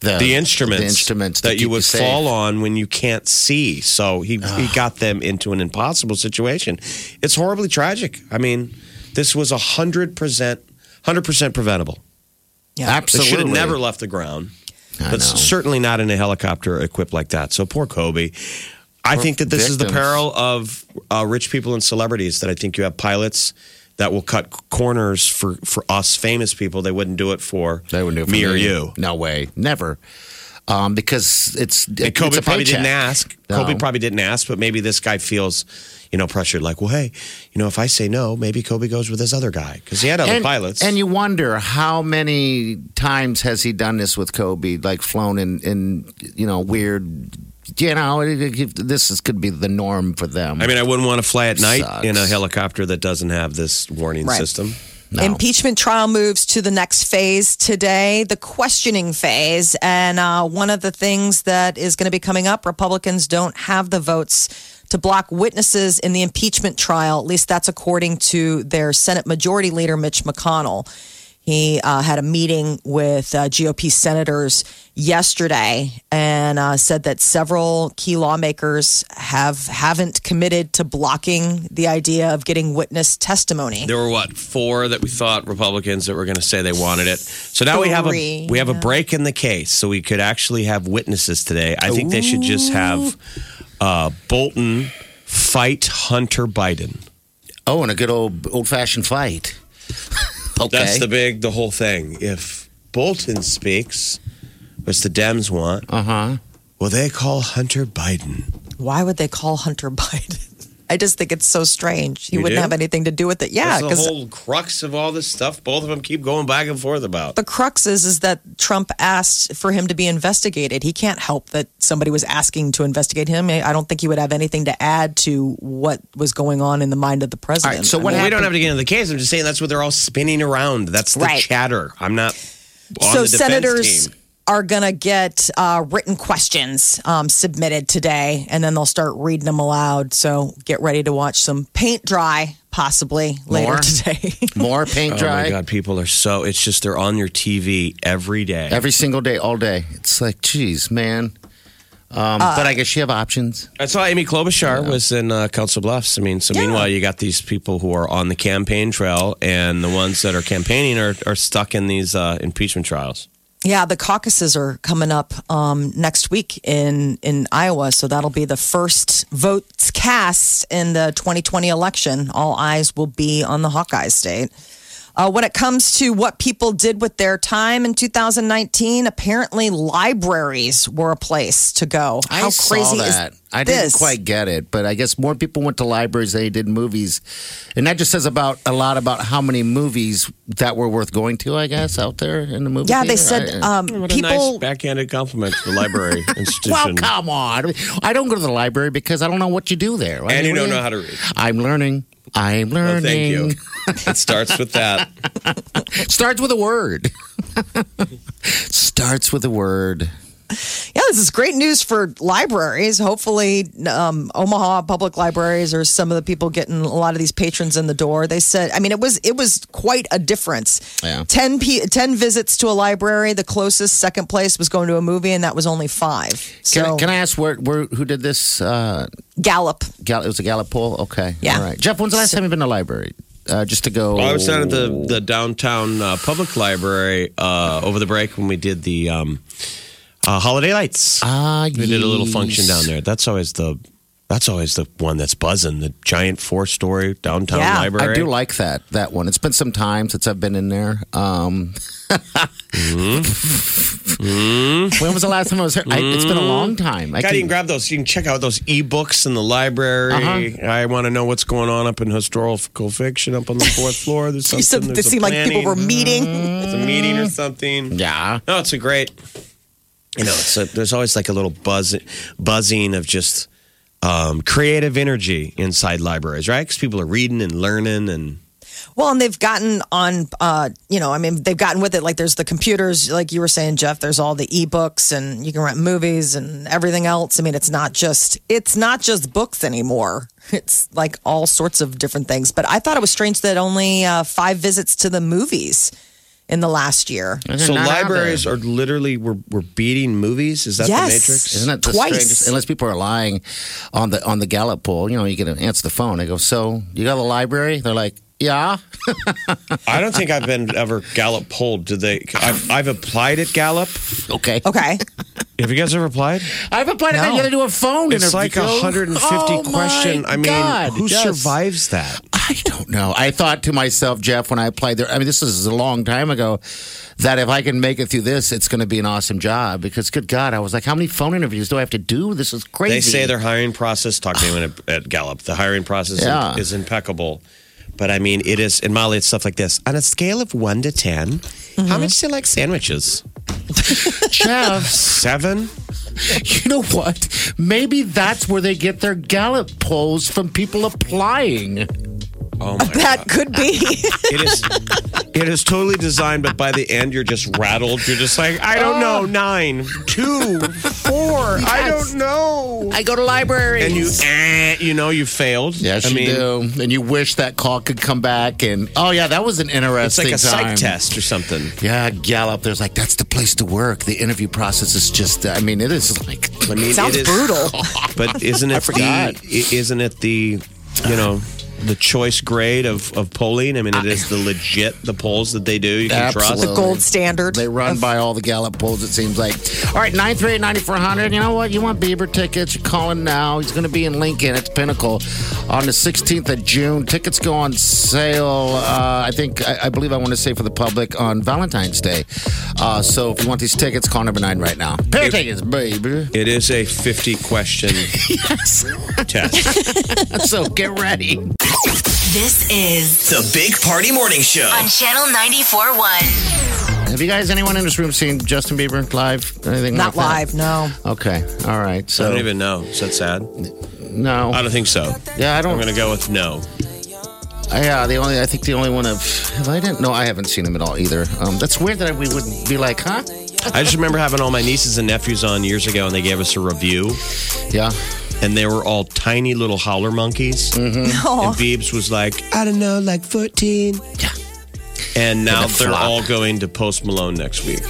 Speaker 4: the instruments,
Speaker 6: the instruments to
Speaker 4: that you
Speaker 6: keep
Speaker 4: would
Speaker 6: safe.
Speaker 4: fall on when you can't see. So he he got them into an impossible situation. It's horribly tragic. I mean, this was hundred percent hundred percent preventable. They
Speaker 6: Absolutely,
Speaker 4: should have never left the ground,
Speaker 6: I know.
Speaker 4: but certainly not in a helicopter equipped like that. So poor Kobe. I
Speaker 6: Poor
Speaker 4: think that this is the
Speaker 6: victims.
Speaker 4: peril of uh, rich people and celebrities. That I think you have pilots that will cut corners for for us famous people. They wouldn't do it for
Speaker 6: They would do it for
Speaker 4: me or you.
Speaker 6: No way, never. Um, because it's
Speaker 4: And Kobe
Speaker 6: it's a
Speaker 4: probably
Speaker 6: paycheck.
Speaker 4: didn't ask.
Speaker 6: No.
Speaker 4: Kobe probably didn't ask, but maybe this guy feels, you know, pressured. Like, well, hey, you know, if I say no, maybe Kobe goes with this other guy because he had other
Speaker 6: and,
Speaker 4: pilots.
Speaker 6: And you wonder how many times has he done this with Kobe, like flown in, in you know, weird. You know, this is, could be the norm for them.
Speaker 4: I mean, I wouldn't want to fly at night
Speaker 6: Sucks.
Speaker 4: in a helicopter that doesn't have this warning
Speaker 3: Right.
Speaker 4: system.
Speaker 6: No.
Speaker 3: Impeachment trial moves to the next phase today, the questioning phase. And uh, one of the things that is going to be coming up Republicans don't have the votes to block witnesses in the impeachment trial. At least that's according to their Senate Majority Leader, Mitch McConnell. He uh, had a meeting with uh, GOP senators yesterday and uh, said that several key lawmakers have haven't committed to blocking the idea of getting witness testimony.
Speaker 4: There were what four that we thought Republicans that were going to say they wanted it. So now we have a
Speaker 3: Three,
Speaker 4: we have a break in the case, so we could actually have witnesses today. I think they should just have uh, Bolton fight Hunter Biden.
Speaker 6: Oh, and a good old old fashioned fight. okay.
Speaker 4: That's the big the whole thing. If Bolton speaks, which the Dems want,
Speaker 6: uh huh.
Speaker 4: will they call Hunter Biden?
Speaker 3: Why would they call Hunter Biden? I just think it's so strange. He
Speaker 4: You
Speaker 3: wouldn't
Speaker 4: do?
Speaker 3: have anything to do with it. Yeah,
Speaker 4: That's
Speaker 3: because
Speaker 4: the whole crux of all this stuff. Both of them keep going back and forth about.
Speaker 3: the crux is is that Trump asked for him to be investigated. He can't help that somebody was asking to investigate him. I I don't think he would have anything to add to what was going on in the mind of the president.
Speaker 6: so
Speaker 3: I
Speaker 6: what
Speaker 3: mean,
Speaker 4: Well, we don't have to get into the case. I'm just saying that's what they're all spinning around. That's the
Speaker 3: Right.
Speaker 4: chatter. I'm not. On
Speaker 3: so
Speaker 4: the defense
Speaker 3: senators
Speaker 4: team.
Speaker 3: are going to get uh, written questions um, submitted today, and then they'll start reading them aloud. So get ready to watch some paint dry, possibly later
Speaker 6: More?
Speaker 3: today.
Speaker 6: More paint
Speaker 4: Oh
Speaker 6: dry
Speaker 4: my God, people are so. It's just they're on your TV every day.
Speaker 6: every single day, all day. It's like, geez, man. Um, but I guess you have options.
Speaker 4: I saw Amy Klobuchar was in uh, Council Bluffs. I mean, so meanwhile, you got these people who are on the campaign trail, and the ones that are campaigning are, are stuck in these uh, impeachment trials.
Speaker 3: Yeah, the caucuses are coming up um, next week in in Iowa, so that'll be the first votes cast in the 2020 election. All eyes will be on the Hawkeye state. Uh, when it comes to what people did with their time in 2019, apparently libraries were a place to go.
Speaker 6: I
Speaker 3: How
Speaker 6: saw
Speaker 3: crazy is
Speaker 6: that. I
Speaker 3: this?
Speaker 6: didn't quite get it, but I guess more people went to libraries than they did movies, and that just says about a lot about how many movies that were worth going to. I guess out there in the movie.
Speaker 3: yeah, they
Speaker 6: theater.
Speaker 3: said
Speaker 6: I-
Speaker 3: um,
Speaker 4: What a nice
Speaker 3: people.
Speaker 4: backhanded compliment to the library institution.
Speaker 6: Well, come on. I don't go to the library because I don't know what you do there. I
Speaker 4: And you
Speaker 6: what
Speaker 4: don't
Speaker 6: do
Speaker 4: know how to read.
Speaker 6: I'm learning. I'm
Speaker 4: Oh,
Speaker 6: learning.
Speaker 4: thank you. It starts with that.
Speaker 6: Starts with a word. Starts with a word.
Speaker 3: Yeah, this is great news for libraries. Hopefully, um, Omaha public libraries are some of the people getting a lot of these patrons in the door. They said, I mean, it was it was quite a difference.
Speaker 6: Yeah.
Speaker 3: 10, pe 10 visits to a library. The closest second place was going to a movie, and that was only five.
Speaker 6: Can,
Speaker 3: So
Speaker 6: I, can I ask where, where who did this? Uh,
Speaker 3: Gallup.
Speaker 6: Gal- it was a Gallup poll. Okay.
Speaker 3: Yeah.
Speaker 6: All right. Jeff, when's the last time you've been to the library? Uh, just to go.
Speaker 4: Well, I was down at the, the downtown uh, public library uh, over the break when we did the um, uh, holiday lights.
Speaker 6: Ah,
Speaker 4: we did a little function
Speaker 6: yes.
Speaker 4: down there. That's always the that's always the one that's buzzing. The giant four story downtown
Speaker 3: Yeah.
Speaker 4: library.
Speaker 6: I do like that that one. It's been some time since I've been in there. Um,
Speaker 4: Mm-hmm.
Speaker 6: When was the last time I was here? I, it's been a long time. I
Speaker 4: God, you can
Speaker 6: can,
Speaker 4: grab those. You can check out those ebooks in the library.
Speaker 3: Uh-huh.
Speaker 4: I want to know what's going on up in historical fiction up on the fourth floor. There's something.
Speaker 3: You said that it
Speaker 4: there's a
Speaker 3: seemed like people
Speaker 4: planning. Mm-hmm.
Speaker 3: were meeting.
Speaker 4: It's a meeting or something.
Speaker 6: yeah.
Speaker 4: No, it's a great. You know, it's a, there's always like a little buzz, buzzing of just um, creative energy inside libraries, right? Because people are reading and learning, and
Speaker 3: Well, and they've gotten on, uh, you know, I mean, they've gotten with it. Like, there's the computers, like you were saying, Jeff. There's all the ebooks, and you can rent movies and everything else. I mean, it's not just it's not just books anymore. It's like all sorts of different things. But I thought it was strange that only uh, five visits to the movies in the last year.
Speaker 4: so libraries are literally we're, we're beating movies. Is that
Speaker 3: Yes.
Speaker 4: the Matrix?
Speaker 6: Isn't it the
Speaker 3: Twice.
Speaker 6: strangest? Unless people are lying on the on the Gallup poll, you know, you can answer the phone. I go, so you go to the library? They're like, yeah.
Speaker 4: I don't think I've been ever Gallup polled. Did they? I've, I've applied at Gallup.
Speaker 6: Okay.
Speaker 3: Okay,
Speaker 4: Have you guys ever applied?
Speaker 6: I haven't played that.
Speaker 3: No.
Speaker 6: You got to do a phone
Speaker 4: It's
Speaker 6: interview.
Speaker 4: like 150
Speaker 6: Oh, my
Speaker 4: question. I mean,
Speaker 6: God.
Speaker 4: who
Speaker 6: Yes.
Speaker 4: survives that?
Speaker 6: I don't know. I thought to myself, Jeff, when I applied there, I mean, this is a long time ago, that if I can make it through this, it's going to be an awesome job because, good God, I was like, how many phone interviews do I have to do? This is crazy.
Speaker 4: They say their hiring process. Talk to me at, at Gallup. The hiring process
Speaker 6: Yeah.
Speaker 4: is, impeccable. But I mean, it is. And Molly, it's stuff like this. On a scale of one to 10 how
Speaker 6: Mm-hmm.
Speaker 4: much do you like sandwiches?
Speaker 6: Jeff,
Speaker 4: Seven.
Speaker 6: you know what? Maybe that's where they get their Gallup polls from people applying.
Speaker 4: Oh my!
Speaker 3: that could be.
Speaker 4: It is. It is totally designed, but by the end, you're just rattled. You're just like, I don't
Speaker 3: Oh.
Speaker 4: know, nine, two, four. I don't know.
Speaker 6: I go to libraries.
Speaker 4: And you, eh, you know, you failed.
Speaker 6: Yes,
Speaker 4: I
Speaker 6: you
Speaker 4: mean,
Speaker 6: do. And you wish that call could come back. And oh yeah, that was an
Speaker 4: It's
Speaker 6: interesting.
Speaker 4: like a
Speaker 6: time.
Speaker 4: psych test or something.
Speaker 6: Yeah, Gallup. There's like that's the place to work. The interview process is just. I mean, it is like.
Speaker 4: I mean,
Speaker 3: Sounds
Speaker 4: it is-
Speaker 3: brutal.
Speaker 4: But isn't it the?
Speaker 6: forgot.
Speaker 4: i- Isn't it the? You know. The choice grade of, of polling. I mean, it is the legit the polls that they do. You can
Speaker 6: Absolutely.
Speaker 3: the gold standard.
Speaker 6: They run
Speaker 3: of-
Speaker 6: by all the Gallup polls, it seems like. All right, 938 9400. You know what? You want Bieber tickets? You call him now. He's going to be in Lincoln. It's Pinnacle on the 16th of June. Tickets go on sale, uh, I think, I, I believe I want to say for the public on Valentine's Day. Uh, so if you want these tickets, call number nine right now. Pair of tickets, baby.
Speaker 4: trust. It is a fifty question test.
Speaker 6: so get ready.
Speaker 2: This is
Speaker 1: The Big Party Morning Show.
Speaker 2: on Channel 94.1.
Speaker 6: Have you guys, anyone in this room, seen Justin Bieber live? Anything
Speaker 3: Not live,
Speaker 6: like that?
Speaker 3: no.
Speaker 6: Okay. All right.
Speaker 4: I
Speaker 6: So,
Speaker 4: don't even know. Is that sad?
Speaker 6: no.
Speaker 4: I don't think so.
Speaker 6: yeah, I don't.
Speaker 4: I'm going to go with no.
Speaker 6: Yeah, the only I think the only one of have I didn't no I haven't seen him at all either. Um, that's weird that we wouldn't be like, huh?
Speaker 4: I just remember having all my nieces and nephews on years ago, and they gave us a review,
Speaker 6: Yeah,
Speaker 4: and they were all tiny little howler monkeys.
Speaker 3: Oh,
Speaker 4: And Biebs was like, I don't know, like 14. Yeah. And now
Speaker 6: Like a
Speaker 4: they're
Speaker 6: flop.
Speaker 4: all going to Post Malone next week.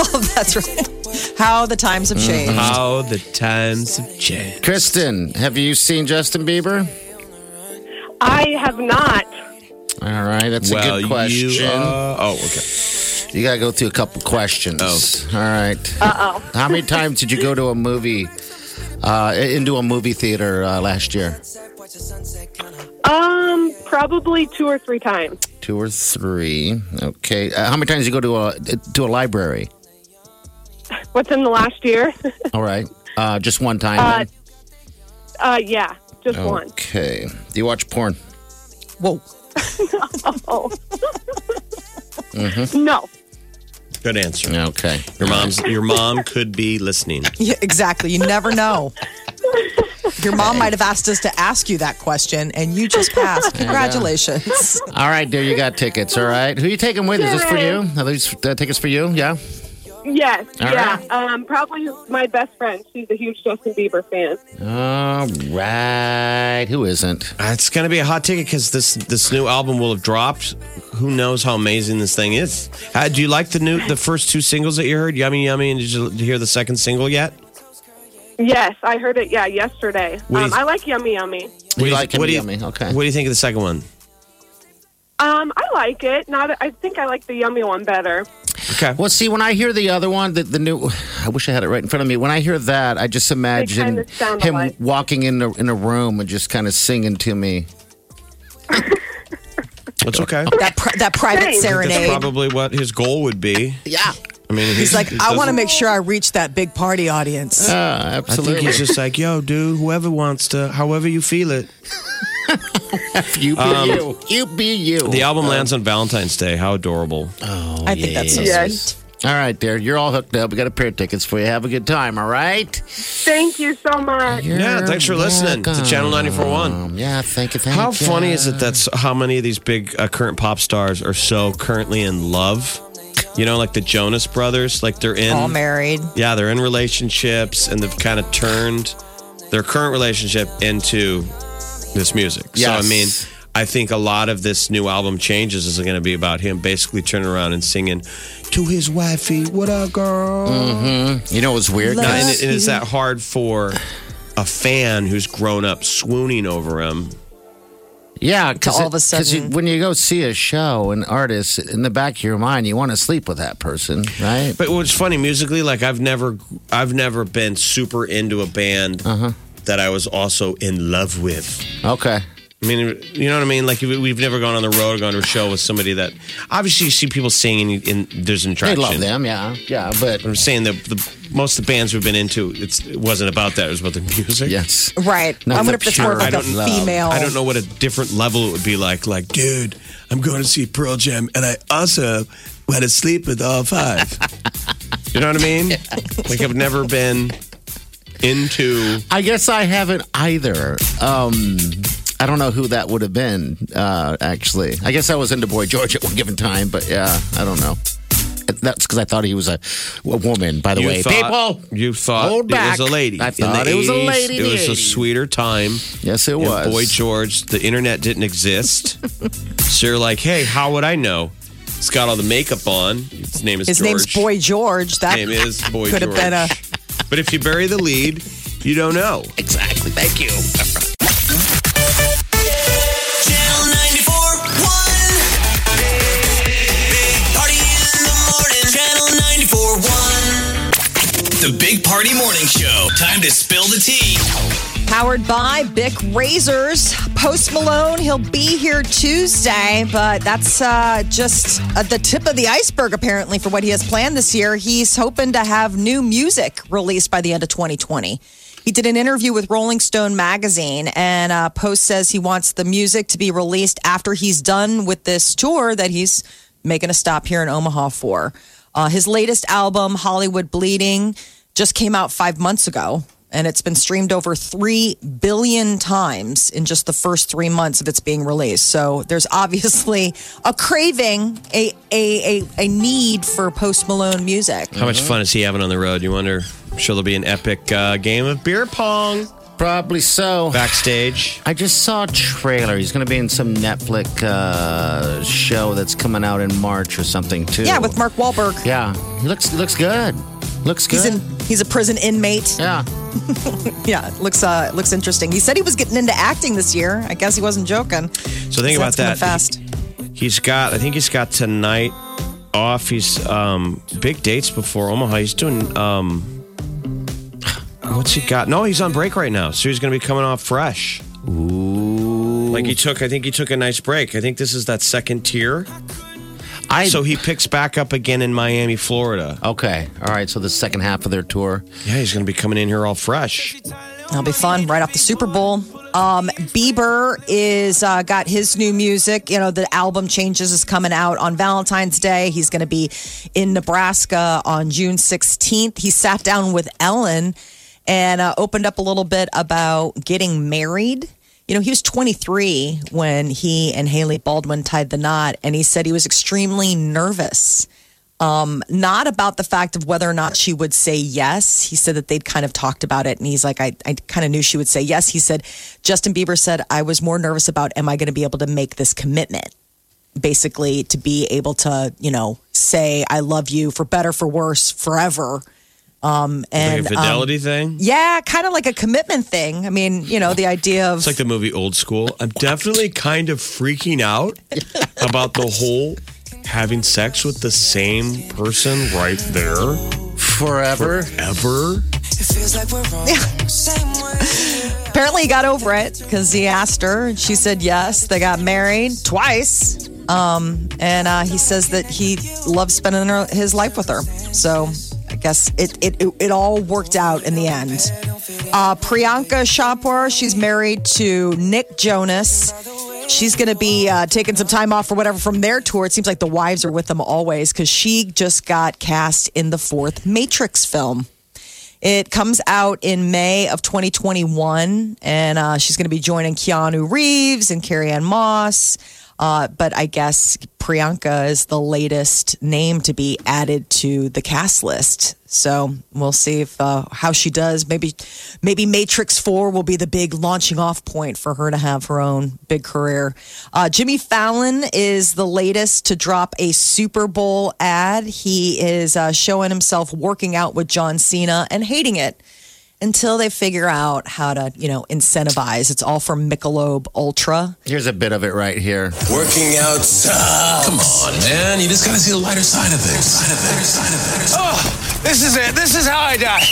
Speaker 3: Oh, that's right. How the times
Speaker 6: Mm-hmm.
Speaker 3: have changed.
Speaker 4: How the times have changed.
Speaker 6: Kristen, have you seen Justin Bieber?
Speaker 8: I have not.
Speaker 6: All right, that's a good
Speaker 4: well,
Speaker 6: question.
Speaker 4: you. Uh, oh, okay.
Speaker 6: You gotta go through a couple questions.
Speaker 4: Oh.
Speaker 6: All right. Uh oh. How many times did you go to a movie? Uh, into a movie theater uh, last year,
Speaker 8: Um, probably two or three times.
Speaker 6: two or three. Okay. Uh, how many times did you go to a to a library?
Speaker 8: What's in the last year?
Speaker 6: All right. Uh, just one time.
Speaker 8: Uh,
Speaker 6: then?
Speaker 8: uh, yeah, just
Speaker 6: Oh.
Speaker 8: one.
Speaker 6: okay. Do you watch porn?
Speaker 3: Whoa.
Speaker 8: Oh.
Speaker 6: Mm-hmm.
Speaker 8: No.
Speaker 4: Good answer.
Speaker 6: Okay.
Speaker 4: Your mom's your mom could be listening.
Speaker 3: Yeah, exactly. You never know. Your mom might have asked us to ask you that question, and you just passed. Congratulations.
Speaker 6: All right, there you got tickets. All right, who you taking with? Is this for you? Are these uh, tickets for you? Yeah.
Speaker 8: Yes.
Speaker 6: All
Speaker 8: yeah.
Speaker 6: right.
Speaker 8: Um, probably my best friend. She's a huge Justin Bieber fan.
Speaker 6: All right. Who isn't?
Speaker 4: Uh, It's going to be a hot ticket because this this new album will have dropped. Who knows how amazing this thing is? Uh, do you like the new the first two singles that you heard? Yummy, yummy, and did you hear the second single yet?
Speaker 8: Yes, I heard it. Yeah, yesterday.
Speaker 4: What do
Speaker 8: um,
Speaker 4: you-
Speaker 8: I like Yummy Yummy.
Speaker 6: We
Speaker 4: do you-
Speaker 6: like him,
Speaker 4: what do you-
Speaker 6: yummy. Okay.
Speaker 4: What do you think of the second one?
Speaker 8: Um, I like it. Not. I think I like the Yummy one better.
Speaker 4: Okay.
Speaker 6: Well, see, when I hear the other one, the, the new, I wish I had it right in front of me. When I hear that, I just imagine
Speaker 8: kinda sound
Speaker 6: him
Speaker 8: alike.
Speaker 6: walking in a, in a room and just kind of singing to me.
Speaker 4: That's okay.
Speaker 3: That pri- that private
Speaker 8: Thanks.
Speaker 4: That's
Speaker 3: serenade.
Speaker 4: probably what his goal would be.
Speaker 6: Yeah.
Speaker 4: I mean,
Speaker 3: He's like,
Speaker 4: it
Speaker 3: I want to
Speaker 4: doesn't- Oh,
Speaker 3: make sure I reach that big party audience.
Speaker 6: Uh,
Speaker 4: I think
Speaker 6: absolutely.
Speaker 4: he's just like, yo, dude, whoever wants to, however you feel it.
Speaker 6: you be you. You be you.
Speaker 4: um, The album lands on Valentine's Day. How adorable.
Speaker 3: I think that's so
Speaker 8: Yes.
Speaker 3: sweet.
Speaker 6: all right, there. You're all hooked up. We got a pair of tickets for you. Have a good time. All right.
Speaker 8: Thank you so much.
Speaker 4: Yeah, thanks for listening to Channel 94.1.
Speaker 6: Um, yeah. Thank you. Thank
Speaker 4: How
Speaker 6: you.
Speaker 4: funny is it that's how many of these big uh, current pop stars are so currently in love? You know, like the Jonas Brothers, like they're in,
Speaker 3: All married.
Speaker 4: yeah, they're in relationships and they've kind of turned their current relationship into this music.
Speaker 6: Yes.
Speaker 4: So I mean, I think a lot of this new album changes is going to be about him basically turning around and singing to his wifey, "What up, girl?"
Speaker 6: You know what's weird?
Speaker 4: Now, and, it, and it's that hard for a fan who's grown up swooning over him
Speaker 6: Yeah, because
Speaker 3: all of a sudden-
Speaker 6: when you go see a show, an artist, in the back of your mind, you want to sleep with that person, right?
Speaker 4: But what's funny musically, like I've never, I've never been super into a band
Speaker 6: Uh-huh.
Speaker 4: that I was also in love with.
Speaker 6: okay.
Speaker 4: I mean, you know what I mean? Like we- we've never gone on the road, or gone to a show with somebody that obviously you see people singing, and there's
Speaker 6: I
Speaker 4: an attraction.
Speaker 6: love them, yeah. Yeah, but
Speaker 4: I'm saying that the, most of the bands we've been into, it's, it wasn't about that. It was about the music.
Speaker 6: yes.
Speaker 3: Right. I
Speaker 6: Not
Speaker 3: wonder
Speaker 6: the
Speaker 3: if it's more of
Speaker 6: pure
Speaker 3: like a
Speaker 6: love.
Speaker 3: female.
Speaker 4: I don't know what a different level it would be like. Like, dude, I'm going to see Pearl Jam, and I also went to sleep with all five. you know what I mean? Like, I've never been into.
Speaker 6: I guess I haven't either. Um, I I don't know who that would have been, uh, actually. I guess I was into Boy George at one given time, but yeah, I don't know. That's because I thought he was a, a woman, by the way.
Speaker 4: thought,
Speaker 6: People!
Speaker 4: you thought
Speaker 6: hold back.
Speaker 4: it was a lady.
Speaker 6: I
Speaker 4: In
Speaker 6: thought
Speaker 4: the
Speaker 6: it was a
Speaker 4: 80s,
Speaker 6: lady in
Speaker 4: It was
Speaker 6: the
Speaker 4: a
Speaker 6: 80s.
Speaker 4: sweeter time.
Speaker 6: Yes, it was.
Speaker 4: And boy George, the internet didn't exist. so you're like, hey, how would I know? It's got all the makeup on. His name is
Speaker 3: His
Speaker 4: George.
Speaker 3: name's Boy George. That
Speaker 4: Name is Boy
Speaker 3: could have
Speaker 4: George.
Speaker 3: been a.
Speaker 4: But if you bury the lead, you don't know.
Speaker 6: Exactly. Thank you.
Speaker 1: Channel 94.1. Big Party in the morning. Channel 94.1. The Big Party Morning Show. Time to spill the tea.
Speaker 3: Powered by Bic Razors. Post Malone, he'll be here Tuesday, but that's uh, just uh, the tip of the iceberg, apparently, for what he has planned this year. He's hoping to have new music released by the end of 2020. He did an interview with Rolling Stone magazine, and uh, Post says he wants the music to be released after he's done with this tour that he's making a stop here in Omaha for. Uh, his latest album, Hollywood Bleeding, just came out five months ago and it's been streamed over 3 billion times in just the first three months of its being released. So there's obviously a craving, a, a, a, a need for post Malone music.
Speaker 4: How much fun is he having on the road? You wonder. I'm sure there'll be an epic uh, game of beer pong
Speaker 6: Probably so.
Speaker 4: backstage.
Speaker 6: I just saw a trailer. He's going to be in some Netflix uh, show that's coming out in March or something too.
Speaker 3: Yeah, with Mark Wahlberg.
Speaker 6: Yeah, he looks he looks good. Looks good.
Speaker 3: He's in. He's a prison inmate.
Speaker 6: yeah,
Speaker 3: Yeah, it looks uh, it looks interesting. He said he was getting into acting this year. I guess he wasn't joking.
Speaker 4: So think
Speaker 3: So
Speaker 4: about
Speaker 3: that's coming
Speaker 4: that.
Speaker 3: Fast.
Speaker 4: He's got, I think he's got tonight off. He's um, big dates before Omaha. He's doing, um, what's he got? No, he's on break right now. So he's going to be coming off fresh. Ooh. Like he took, I think he took a nice break. I think this is that second tier.
Speaker 6: I
Speaker 4: So he picks back up again in Miami, Florida.
Speaker 6: okay. All right, so the second half of their tour.
Speaker 4: Yeah, he's going to be coming in here all fresh.
Speaker 3: That'll be fun right off the Super Bowl. Um, Bieber is uh, got his new music. You know, the album Changes is coming out on Valentine's Day. He's going to be in Nebraska on June 16th. He sat down with Ellen and uh, opened up a little bit about getting married. You know, he was 23 when he and Haley Baldwin tied the knot, and he said he was extremely nervous not about the fact of whether or not she would say yes. He said that they'd kind of talked about it, and he's like, I, I kind of knew she would say yes. He said, Justin Bieber said, I was more nervous about, am I going to be able to make this commitment? Basically, to be able to, you know, say, I love you for better, for worse, forever. Um, and
Speaker 4: like a
Speaker 3: um,
Speaker 4: fidelity thing.
Speaker 3: yeah, kind of like a commitment thing. I mean, you know, the idea of
Speaker 4: It's like the movie Old School. I'm definitely kind of freaking out about the whole having sex with the same person right there
Speaker 6: Forever.
Speaker 4: ever.
Speaker 3: Apparently, he got over it because he asked her, and she said yes. They got married twice. Um, and uh, he says that he loves spending her, his life with her. So I guess it, it, it, it all worked out in the end. Uh, Priyanka Chopra, she's married to Nick Jonas. She's going to be uh, taking some time off or whatever from their tour. It seems like the wives are with them always because she just got cast in the fourth Matrix film. It comes out in May of 2021, and uh, she's going to be joining Keanu Reeves and Carrie Ann Moss. Uh, but I guess Priyanka is the latest name to be added to the cast list. So we'll see if uh, how she does. Maybe, maybe Matrix Four will be the big launching off point for her to have her own big career. Uh, Jimmy Fallon is the latest to drop a Super Bowl ad. He is uh, showing himself working out with John Cena and hating it until they figure out how to, you know, incentivize. It's all from Michelob Ultra.
Speaker 6: Here's a bit of it right here.
Speaker 1: Working out sucks. Come on, man. You just gotta see the lighter side of things. Side of things. Side of things.
Speaker 9: Oh, this is it. This is how I die.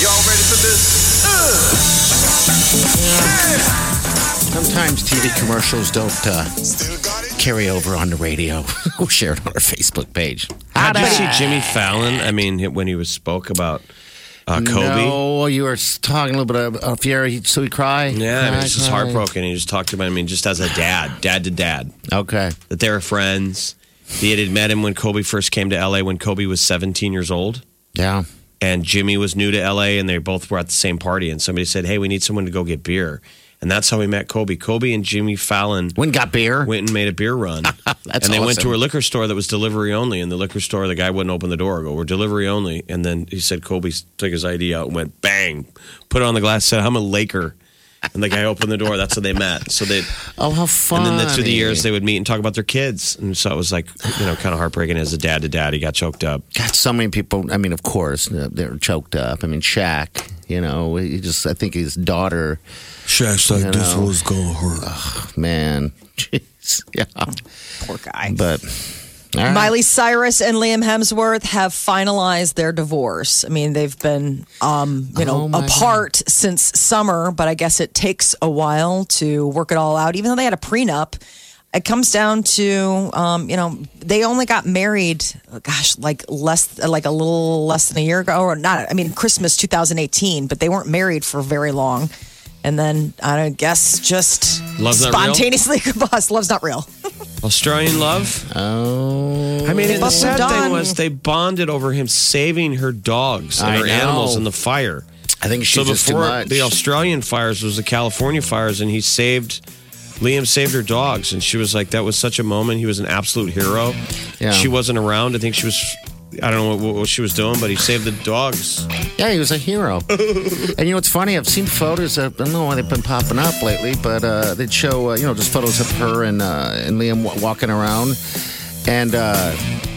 Speaker 9: Y'all ready for this?
Speaker 6: Sometimes TV commercials don't uh, carry over on the radio. we'll share it on our Facebook page.
Speaker 4: How did you see Jimmy Fallon? I mean, when he was spoke about uh, Kobe.
Speaker 6: No, you were talking a little bit of, of Fiera, he- so he cry.
Speaker 4: Yeah, I mean,
Speaker 6: Cry,
Speaker 4: it's just
Speaker 6: cry.
Speaker 4: heartbroken. He just talked about. I mean, just as a dad, dad to dad,
Speaker 6: Okay.
Speaker 4: that they were friends. He had met him when Kobe first came to LA when Kobe was 17 years old.
Speaker 6: Yeah.
Speaker 4: and Jimmy was new to LA, and they both were at the same party. And somebody said, "Hey, we need someone to go get beer," and that's how we met Kobe. Kobe and Jimmy Fallon
Speaker 6: When got beer?
Speaker 4: went and made a beer run.
Speaker 6: That's
Speaker 4: and they went
Speaker 6: awesome.
Speaker 4: to a liquor store that was delivery only. And the liquor store, the guy wouldn't open the door. I go, we're delivery only. And then he said, Kobe took his ID out and went bang, put it on the glass, said, I'm a Laker. And the guy opened the door. That's how they met. So they,
Speaker 6: Oh, how fun!
Speaker 4: and then the, through the years, they would meet and talk about their kids. And so it was like, you know, kind of heartbreaking as a dad to dad. He got choked up.
Speaker 6: God, so many people. I mean, of course, they're choked up. I mean, Shaq. You know, he just. I think his daughter.
Speaker 10: Shaq's like, this
Speaker 6: know. Oh,
Speaker 10: was gonna hurt.
Speaker 6: Man, jeez, yeah.
Speaker 3: Poor guy.
Speaker 6: But all right.
Speaker 3: Miley Cyrus and Liam Hemsworth have finalized their divorce. I mean, they've been, um, you
Speaker 6: Oh,
Speaker 3: know,
Speaker 6: my
Speaker 3: apart since summer, but I guess it takes a while to work it all out. Even though they had a prenup, it comes down to, um, you know, they only got married, oh, gosh, like less, like a little less than a year ago, or not. I mean, Christmas 2018, but they weren't married for very long. And then I guess just
Speaker 4: Love's not real?
Speaker 3: spontaneously combust. Love's not real.
Speaker 4: Australian love.
Speaker 6: Oh,
Speaker 4: I mean, and the
Speaker 3: both
Speaker 4: sad
Speaker 3: moved
Speaker 4: thing
Speaker 3: on.
Speaker 4: was they bonded over him saving her dogs and
Speaker 6: I
Speaker 4: her
Speaker 6: know.
Speaker 4: animals in the fire.
Speaker 6: I think she's
Speaker 4: so
Speaker 6: just too
Speaker 4: before
Speaker 6: much.
Speaker 4: the Australian fires was the California fires, and he saved Liam saved her dogs, and she was like, "That was such a moment. He was an absolute hero."
Speaker 6: Yeah.
Speaker 4: She wasn't around. I think she was. I don't know what, what she was doing, but he saved the dogs.
Speaker 6: Yeah, he was a hero. and you know what's funny? I've seen photos. Of, I don't know why they've been popping up lately, but uh, they'd show uh, you know just photos of her and uh, and Liam wa- walking around, and uh,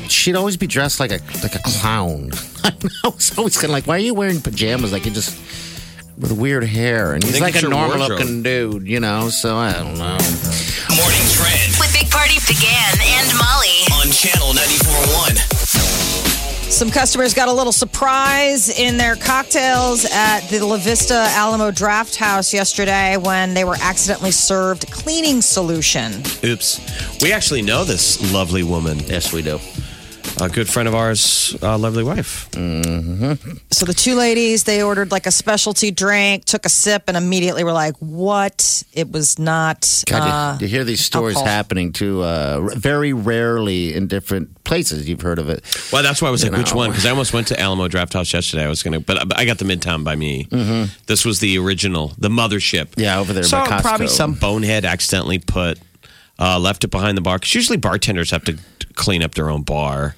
Speaker 6: she'd always be dressed like a like a clown. I was always kind of like, why are you wearing pajamas? Like you just with weird hair, and he's
Speaker 4: think
Speaker 6: like
Speaker 4: it's
Speaker 6: a
Speaker 4: your
Speaker 6: normal
Speaker 4: wardrobe.
Speaker 6: looking dude, you know. So I don't know.
Speaker 1: Morning Trend
Speaker 2: With Big Party began and Molly.
Speaker 1: on Channel 94.1.
Speaker 3: Some customers got a little surprise in their cocktails at the La Vista Alamo Draft House yesterday when they were accidentally served cleaning solution.
Speaker 4: Oops. We actually know this lovely woman,
Speaker 6: Yes, we do.
Speaker 4: a good friend of ours, uh, lovely wife.
Speaker 3: So the two ladies, they ordered like a specialty drink, took a sip, and immediately were like, "What? It was not."
Speaker 6: God,
Speaker 3: uh,
Speaker 6: you, you hear these stories
Speaker 3: alcohol.
Speaker 6: happening to uh, r- very rarely in different places. You've heard of it.
Speaker 4: Well, that's why I was like, which
Speaker 6: know.
Speaker 4: one? Because I almost went to Alamo Draft House yesterday. I was gonna, but but I got the Midtown by me. This was the original, the mothership.
Speaker 6: Mm-hmm. Yeah, over there
Speaker 4: So
Speaker 6: by Costco.
Speaker 4: probably some bonehead accidentally put uh, left it behind the bar. Because usually bartenders have to clean up their own bar,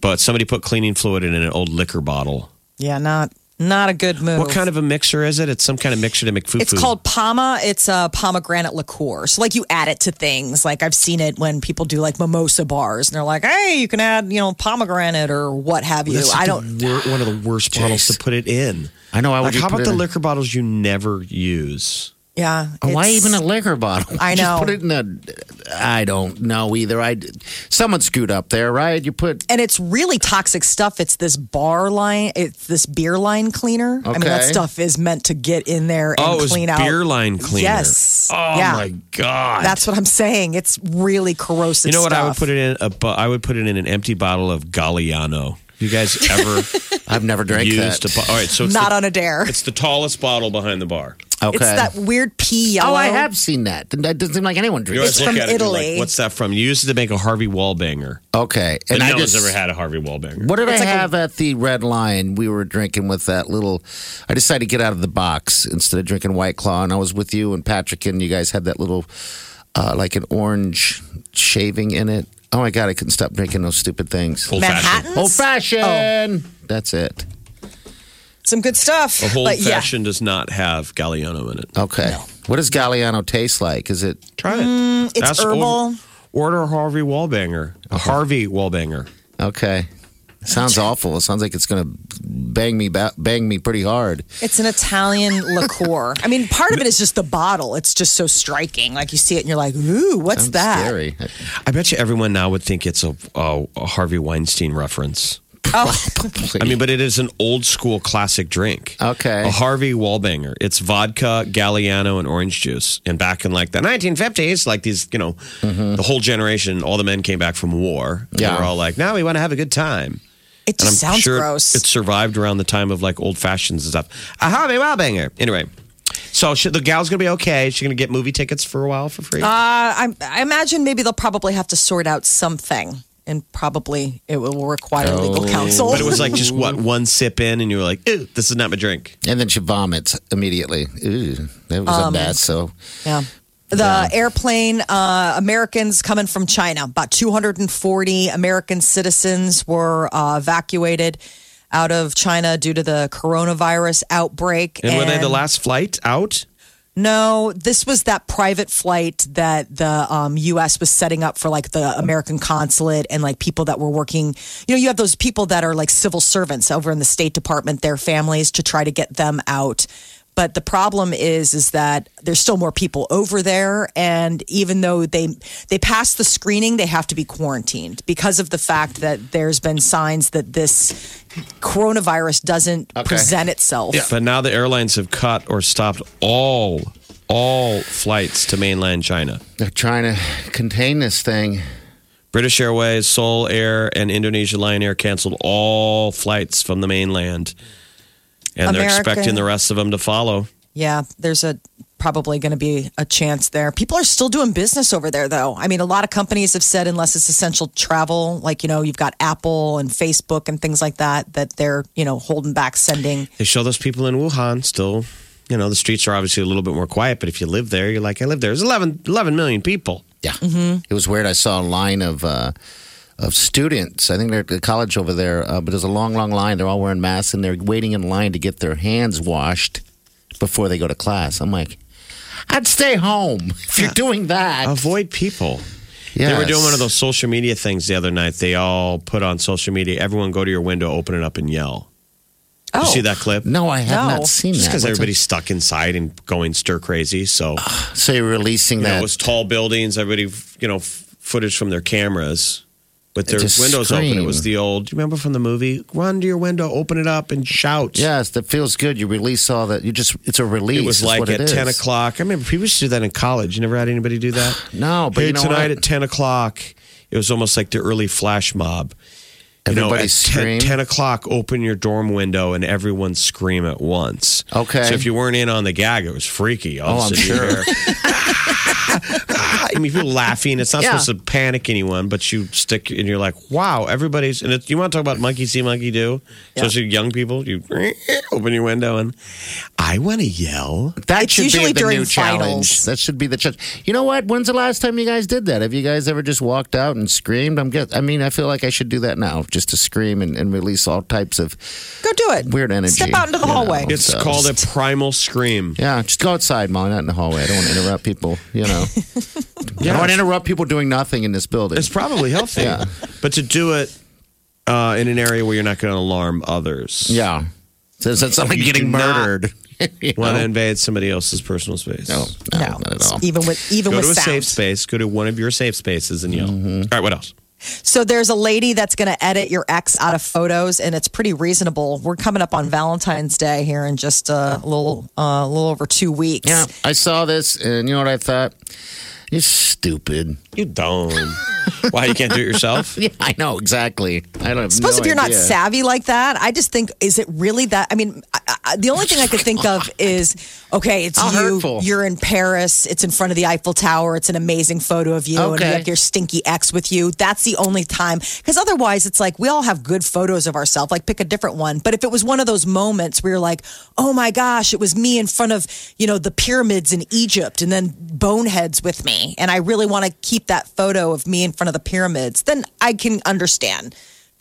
Speaker 4: but somebody put cleaning fluid in an old liquor bottle.
Speaker 3: yeah, not not a good
Speaker 6: Oh.
Speaker 3: move.
Speaker 4: What kind of a mixer is it? It's some kind of mixture to make foo
Speaker 3: It's called Pama. It's a pomegranate liqueur. So like you add it to things. Like I've seen it when people do like mimosa bars and they're like, "Hey, you can add, you know, pomegranate or what have you." I don't
Speaker 4: one of the worst bottles
Speaker 6: Jeez.
Speaker 4: to put it in.
Speaker 6: I know, why would
Speaker 4: like,
Speaker 6: you
Speaker 4: how
Speaker 6: put
Speaker 4: about
Speaker 6: it
Speaker 4: the
Speaker 6: in-
Speaker 4: liquor bottles you never use?
Speaker 3: Yeah.
Speaker 6: Why
Speaker 3: it's-
Speaker 6: even a liquor bottle?
Speaker 3: I
Speaker 6: Just
Speaker 3: know.
Speaker 6: put it in a. I don't know either. I someone screwed up there, right? You put.
Speaker 3: and it's really toxic stuff. It's this bar line, it's this beer line cleaner. I mean, that
Speaker 6: Okay.
Speaker 3: stuff is meant to get in there and
Speaker 4: Oh, it was
Speaker 3: clean out
Speaker 4: beer line cleaner.
Speaker 3: Yes.
Speaker 4: Oh
Speaker 3: yeah.
Speaker 4: my god!
Speaker 3: That's what I'm saying. It's really corrosive.
Speaker 4: You know what? I would
Speaker 3: stuff.
Speaker 4: put it in a. bu- I would put it in an empty bottle of Galliano. You guys ever
Speaker 6: I've never drank
Speaker 4: used
Speaker 6: that.
Speaker 4: a? bo- All right, so it's
Speaker 3: Not
Speaker 4: the,
Speaker 3: on a dare.
Speaker 4: It's the tallest bottle behind the bar.
Speaker 6: okay.
Speaker 3: It's that weird pea yellow.
Speaker 6: oh, I have seen that. That doesn't seem like anyone drinks.
Speaker 4: You always
Speaker 3: It's
Speaker 4: look
Speaker 3: from
Speaker 4: at it. and you're
Speaker 3: Italy.
Speaker 4: Like, What's that from? You used it to make a Harvey Wallbanger,
Speaker 6: Okay,
Speaker 4: but
Speaker 6: and
Speaker 4: no
Speaker 6: I
Speaker 4: one's
Speaker 6: just
Speaker 4: ever had a Harvey Wallbanger.
Speaker 6: What did I
Speaker 3: It's like a-
Speaker 6: have at the Red Lion? We were drinking with that little. I decided to get out of the box instead of drinking White Claw, and I was with you and Patrick, and you guys had that little, uh, like an orange shaving in it. Oh my god, I couldn't stop drinking those stupid things.
Speaker 4: Old fashioned.
Speaker 3: Manhattan?
Speaker 6: Old
Speaker 3: Oh.
Speaker 6: fashioned. That's it.
Speaker 3: some good stuff.
Speaker 4: A whole
Speaker 3: but yeah.
Speaker 4: fashioned does not have Galliano in it.
Speaker 6: Okay. What does Galliano taste like? Is it
Speaker 4: Try it.
Speaker 3: Mm, it's
Speaker 4: That's
Speaker 3: herbal.
Speaker 4: Order, order a Harvey Wallbanger. A Harvey Wallbanger.
Speaker 6: okay? Sounds awful. It sounds like it's going to bang me ba- bang me pretty hard.
Speaker 3: It's an Italian liqueur. I mean, part of it is just the bottle. It's just so striking. Like you see it and you're like, ooh, what's
Speaker 6: Sounds
Speaker 3: that?
Speaker 6: Scary.
Speaker 4: I bet you everyone now would think it's a, a, a Harvey Weinstein reference. I mean, but it is an old school classic drink.
Speaker 6: Okay.
Speaker 4: A Harvey Wallbanger. It's vodka, Galliano, and orange juice. And back in like the 1950s, like these, you know, the whole generation, all the men came back from war. And
Speaker 6: Yeah.
Speaker 4: They were all like, now we want to have a good time.
Speaker 3: It
Speaker 4: And
Speaker 3: just sounds
Speaker 4: sure
Speaker 3: gross.
Speaker 4: It survived around the time of like old fashions and stuff. A Harvey Wallbanger. Anyway. So she, the gal's going to be okay. She's going to get movie tickets for a while for free.
Speaker 3: Uh, I, I imagine maybe they'll probably have to sort out something. and probably it will require legal counsel.
Speaker 4: Oh. But it was like just what one sip in, and you were like, "Ew, this is not my drink."
Speaker 6: And then she vomits immediately. Ooh, that was a mess. So
Speaker 3: Yeah. The airplane, uh, Americans coming from China, about 240 American citizens were uh, evacuated out of China due to the coronavirus outbreak.
Speaker 4: And, were they the last flight out?
Speaker 3: No, this was that private flight that the um, U.S. was setting up for like the American consulate and like people that were working. You know, you have those people that are like civil servants over in the State Department, their families to try to get them out. But the problem is, is that there's still more people over there, and even though they they pass the screening, they have to be quarantined because of the fact that there's been signs that this coronavirus doesn't present itself.
Speaker 4: But now the airlines have cut or stopped all all flights to mainland China.
Speaker 6: they're trying to contain this thing.
Speaker 4: British Airways, Seoul Air, and Indonesia Lion Air canceled all flights from the mainland, and they're
Speaker 3: American-
Speaker 4: expecting the rest of them to follow.
Speaker 3: Yeah, there's a probably going to be a chance there. People are still doing business over there though. I mean, a lot of companies have said unless it's essential travel, like you know, you've got Apple and Facebook and things like that that they're, you know, holding back sending.
Speaker 4: They show those people in Wuhan still. You know, the streets are obviously a little bit more quiet, but if you live there, you're like, I live there. There's 11, 11 million people.
Speaker 6: Yeah, it was weird. I saw a line of uh, of students. I think they're at college over there, uh, but there's a long, long line. They're all wearing masks and they're waiting in line to get their hands washed before they go to class. I'm like, I'd stay home if you're doing that.
Speaker 4: Avoid people.
Speaker 6: Yes.
Speaker 4: They were doing one of those social media things the other night. They all put on social media, everyone go to your window, open it up, and yell.
Speaker 3: Oh.
Speaker 4: You see that clip?
Speaker 6: No, I have
Speaker 3: No.
Speaker 6: not seen
Speaker 4: Just
Speaker 6: that.
Speaker 4: because
Speaker 6: What's Ah,
Speaker 4: everybody's stuck inside and going stir crazy. So
Speaker 6: that? So you're releasing
Speaker 4: you know,
Speaker 6: that.
Speaker 4: it was tall buildings, everybody, you know, f- footage from their cameras with their
Speaker 6: Just
Speaker 4: windows open. It
Speaker 6: scream.
Speaker 4: was the old, do you remember from the movie? Run to your window, open it up, and shout.
Speaker 6: yes, that feels good. You release all that. You just it's a release.
Speaker 4: It was
Speaker 6: is
Speaker 4: like
Speaker 6: what
Speaker 4: at
Speaker 6: it is.
Speaker 4: 10 o'clock. I remember people used to do that in college. You never had anybody do that?
Speaker 6: No, Oh, but
Speaker 4: hey,
Speaker 6: you know
Speaker 4: tonight
Speaker 6: what?
Speaker 4: at 10 o'clock, it was almost like the early flash mob. You know,
Speaker 6: Everybody
Speaker 4: at
Speaker 6: scream.
Speaker 4: 10, 10 o'clock, open your dorm window and everyone scream at once.
Speaker 6: Okay.
Speaker 4: So if you weren't in on the gag, it was freaky. All
Speaker 6: Oh,
Speaker 4: of
Speaker 6: I'm
Speaker 4: a sudden you hear, "Ah, I mean, people laughing. It's not
Speaker 6: Yeah.
Speaker 4: supposed to panic anyone, but you stick and you're like, wow, everybody's. And it's, you want to talk about monkey see, monkey do? Especially young people, you open your window and I want to yell.
Speaker 6: That
Speaker 3: It's
Speaker 6: should
Speaker 3: usually
Speaker 6: be the
Speaker 3: during
Speaker 6: new
Speaker 3: finals.
Speaker 6: challenge. That should be the challenge. You know what? When's the last time you guys did that? Have you guys ever just walked out and screamed? I'm guess. I mean, I feel like I should do that now, just to scream and, and release all types of
Speaker 3: Go do it.
Speaker 6: weird energy.
Speaker 3: Step out into the
Speaker 6: you know,
Speaker 3: hallway.
Speaker 4: It's
Speaker 6: so.
Speaker 4: called a primal scream.
Speaker 6: Yeah, just go outside, Molly, not in the hallway. I don't want to interrupt people. You know, I don't want to interrupt people doing nothing in this building.
Speaker 4: It's probably healthy.
Speaker 6: Yeah.
Speaker 4: But to do it uh, in an area where you're not going to alarm others.
Speaker 6: yeah, so is that something
Speaker 4: You do
Speaker 6: getting
Speaker 4: not
Speaker 6: murdered? You
Speaker 4: Want to
Speaker 6: know?
Speaker 4: invade somebody else's personal space.
Speaker 6: No, no, not at all.
Speaker 3: Even with even
Speaker 4: Go
Speaker 3: with
Speaker 4: to a
Speaker 3: sound.
Speaker 4: safe space. Go to one of your safe spaces and yell.
Speaker 6: Mm-hmm.
Speaker 4: All right, what else?
Speaker 3: So there's a lady that's going to edit your ex out of photos, and it's pretty reasonable. We're coming up on Valentine's Day here in just a little, uh, a little over two weeks.
Speaker 6: Yeah, I saw this, and you know what I thought? You're stupid.
Speaker 4: You don't. Why you can't do it yourself?
Speaker 6: Yeah, I know exactly. I don't have
Speaker 3: Suppose
Speaker 6: no
Speaker 3: if you're not
Speaker 6: idea.
Speaker 3: savvy like that, I just think, is it really that? I mean, I, I, the only thing I could think of is, okay, it's
Speaker 6: How
Speaker 3: you.
Speaker 6: hurtful.
Speaker 3: You're in Paris. It's in front of the Eiffel Tower. It's an amazing photo of you, and you
Speaker 6: Okay.
Speaker 3: have your stinky ex with you. That's the only time, because otherwise, it's like we all have good photos of ourselves. Like pick a different one. But if it was one of those moments where you're like, oh my gosh, it was me in front of you know the pyramids in Egypt, and then boneheads with me, and I really want to keep that photo of me in front of the pyramids, then I can understand.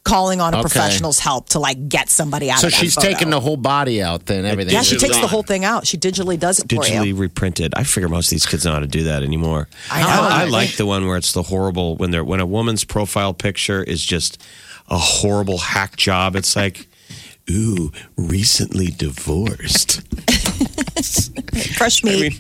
Speaker 3: Calling on a
Speaker 6: Okay.
Speaker 3: professional's help to like get somebody out
Speaker 6: So
Speaker 3: of that
Speaker 6: she's
Speaker 3: photo.
Speaker 6: taking the whole body out, then everything.
Speaker 3: Yeah, she
Speaker 4: Digitally.
Speaker 3: takes the whole thing out. She digitally does it for
Speaker 4: Digitally
Speaker 3: you.
Speaker 4: reprinted. I figure most of these kids know how to do that anymore.
Speaker 3: I know.
Speaker 4: I like the one where it's the horrible when they're when a woman's profile picture is just a horrible hack job. It's like, ooh, recently divorced.
Speaker 3: Fresh meat.
Speaker 4: I mean,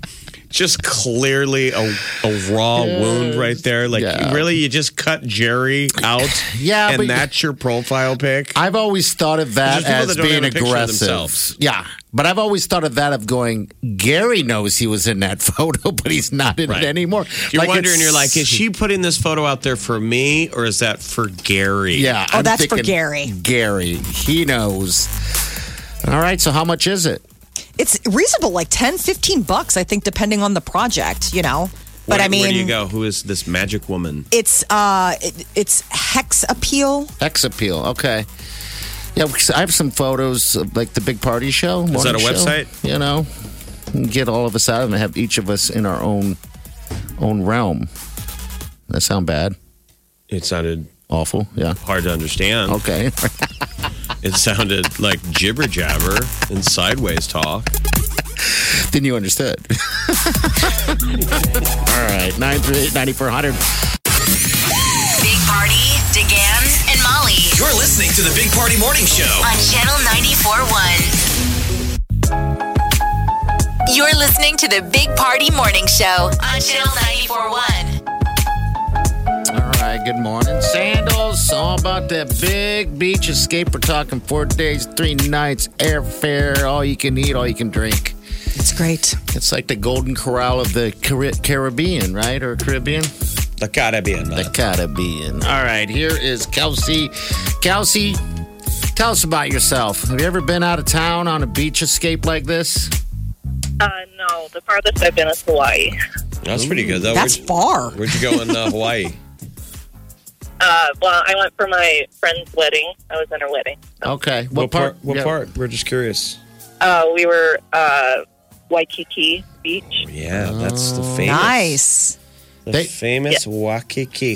Speaker 4: just clearly a, a raw wound right there. Like,
Speaker 6: Yeah.
Speaker 4: really, you just cut Jerry out.
Speaker 6: Yeah,
Speaker 4: and
Speaker 6: but-
Speaker 4: that's your profile pic.
Speaker 6: I've always thought of that
Speaker 4: There's people that
Speaker 6: as
Speaker 4: don't
Speaker 6: being
Speaker 4: have a picture of
Speaker 6: aggressive.
Speaker 4: themselves.
Speaker 6: Yeah, but I've always thought of that of going. Gary knows he was in that photo, but he's not in
Speaker 4: Right.
Speaker 6: it anymore.
Speaker 4: You're
Speaker 6: Like,
Speaker 4: wondering.
Speaker 6: it's-
Speaker 4: You're like, is she putting this photo out there for me, or is that for Gary?
Speaker 6: Yeah.
Speaker 3: Oh,
Speaker 6: I'm
Speaker 3: that's for
Speaker 6: thinking
Speaker 3: Gary.
Speaker 6: Gary, he knows. All right, so how much is it?
Speaker 3: It's reasonable, like 10, 15 bucks, I think, depending on the project, you know? But
Speaker 4: where,
Speaker 3: I mean,
Speaker 4: where do you go? Who is this magic woman?
Speaker 3: it's uh, it, it's hex appeal.
Speaker 6: Hex appeal. Okay. Yeah, because I have some photos of like the big party show. Is
Speaker 4: that a website?
Speaker 6: You know, and get all of us out of it and have each of us in our own own realm. That sound bad?
Speaker 4: It sounded
Speaker 6: Awful. Yeah.
Speaker 4: hard to understand.
Speaker 6: Okay.
Speaker 4: It sounded like jibber jabber and sideways talk.
Speaker 6: then you understood. all right. Nine three eight ninety four hundred.
Speaker 2: Big Party, DeGan and Molly
Speaker 1: You're listening to the Big Party Morning Show.
Speaker 2: on Channel 94.1. You're listening to the Big Party Morning Show on Channel 94.1.
Speaker 6: All right, good morning. Sandals, all about that big beach escape. We're talking four days, three nights, airfare, all you can eat, all you can drink.
Speaker 3: It's great.
Speaker 6: It's like the Golden Corral of the Car- Caribbean, right? Or Caribbean?
Speaker 4: The Caribbean.
Speaker 6: The Caribbean. All right, here is Kelsey. Kelsey, tell us about yourself. Have you ever been out of town on a beach escape like this?
Speaker 8: Uh, no, the farthest I've been is Hawaii.
Speaker 4: That's pretty good though.
Speaker 3: That's
Speaker 4: where'd,
Speaker 3: far.
Speaker 4: where'd you go in uh, Hawaii?
Speaker 8: Uh, well, I went for my friend's wedding. I was at her wedding.
Speaker 6: Okay.
Speaker 4: What
Speaker 6: yeah.
Speaker 4: part? We're just curious.
Speaker 8: Uh, we were uh, Waikiki Beach.
Speaker 4: Yeah, that's the famous.
Speaker 3: Oh. Nice.
Speaker 4: The
Speaker 6: They-
Speaker 4: famous Waikiki,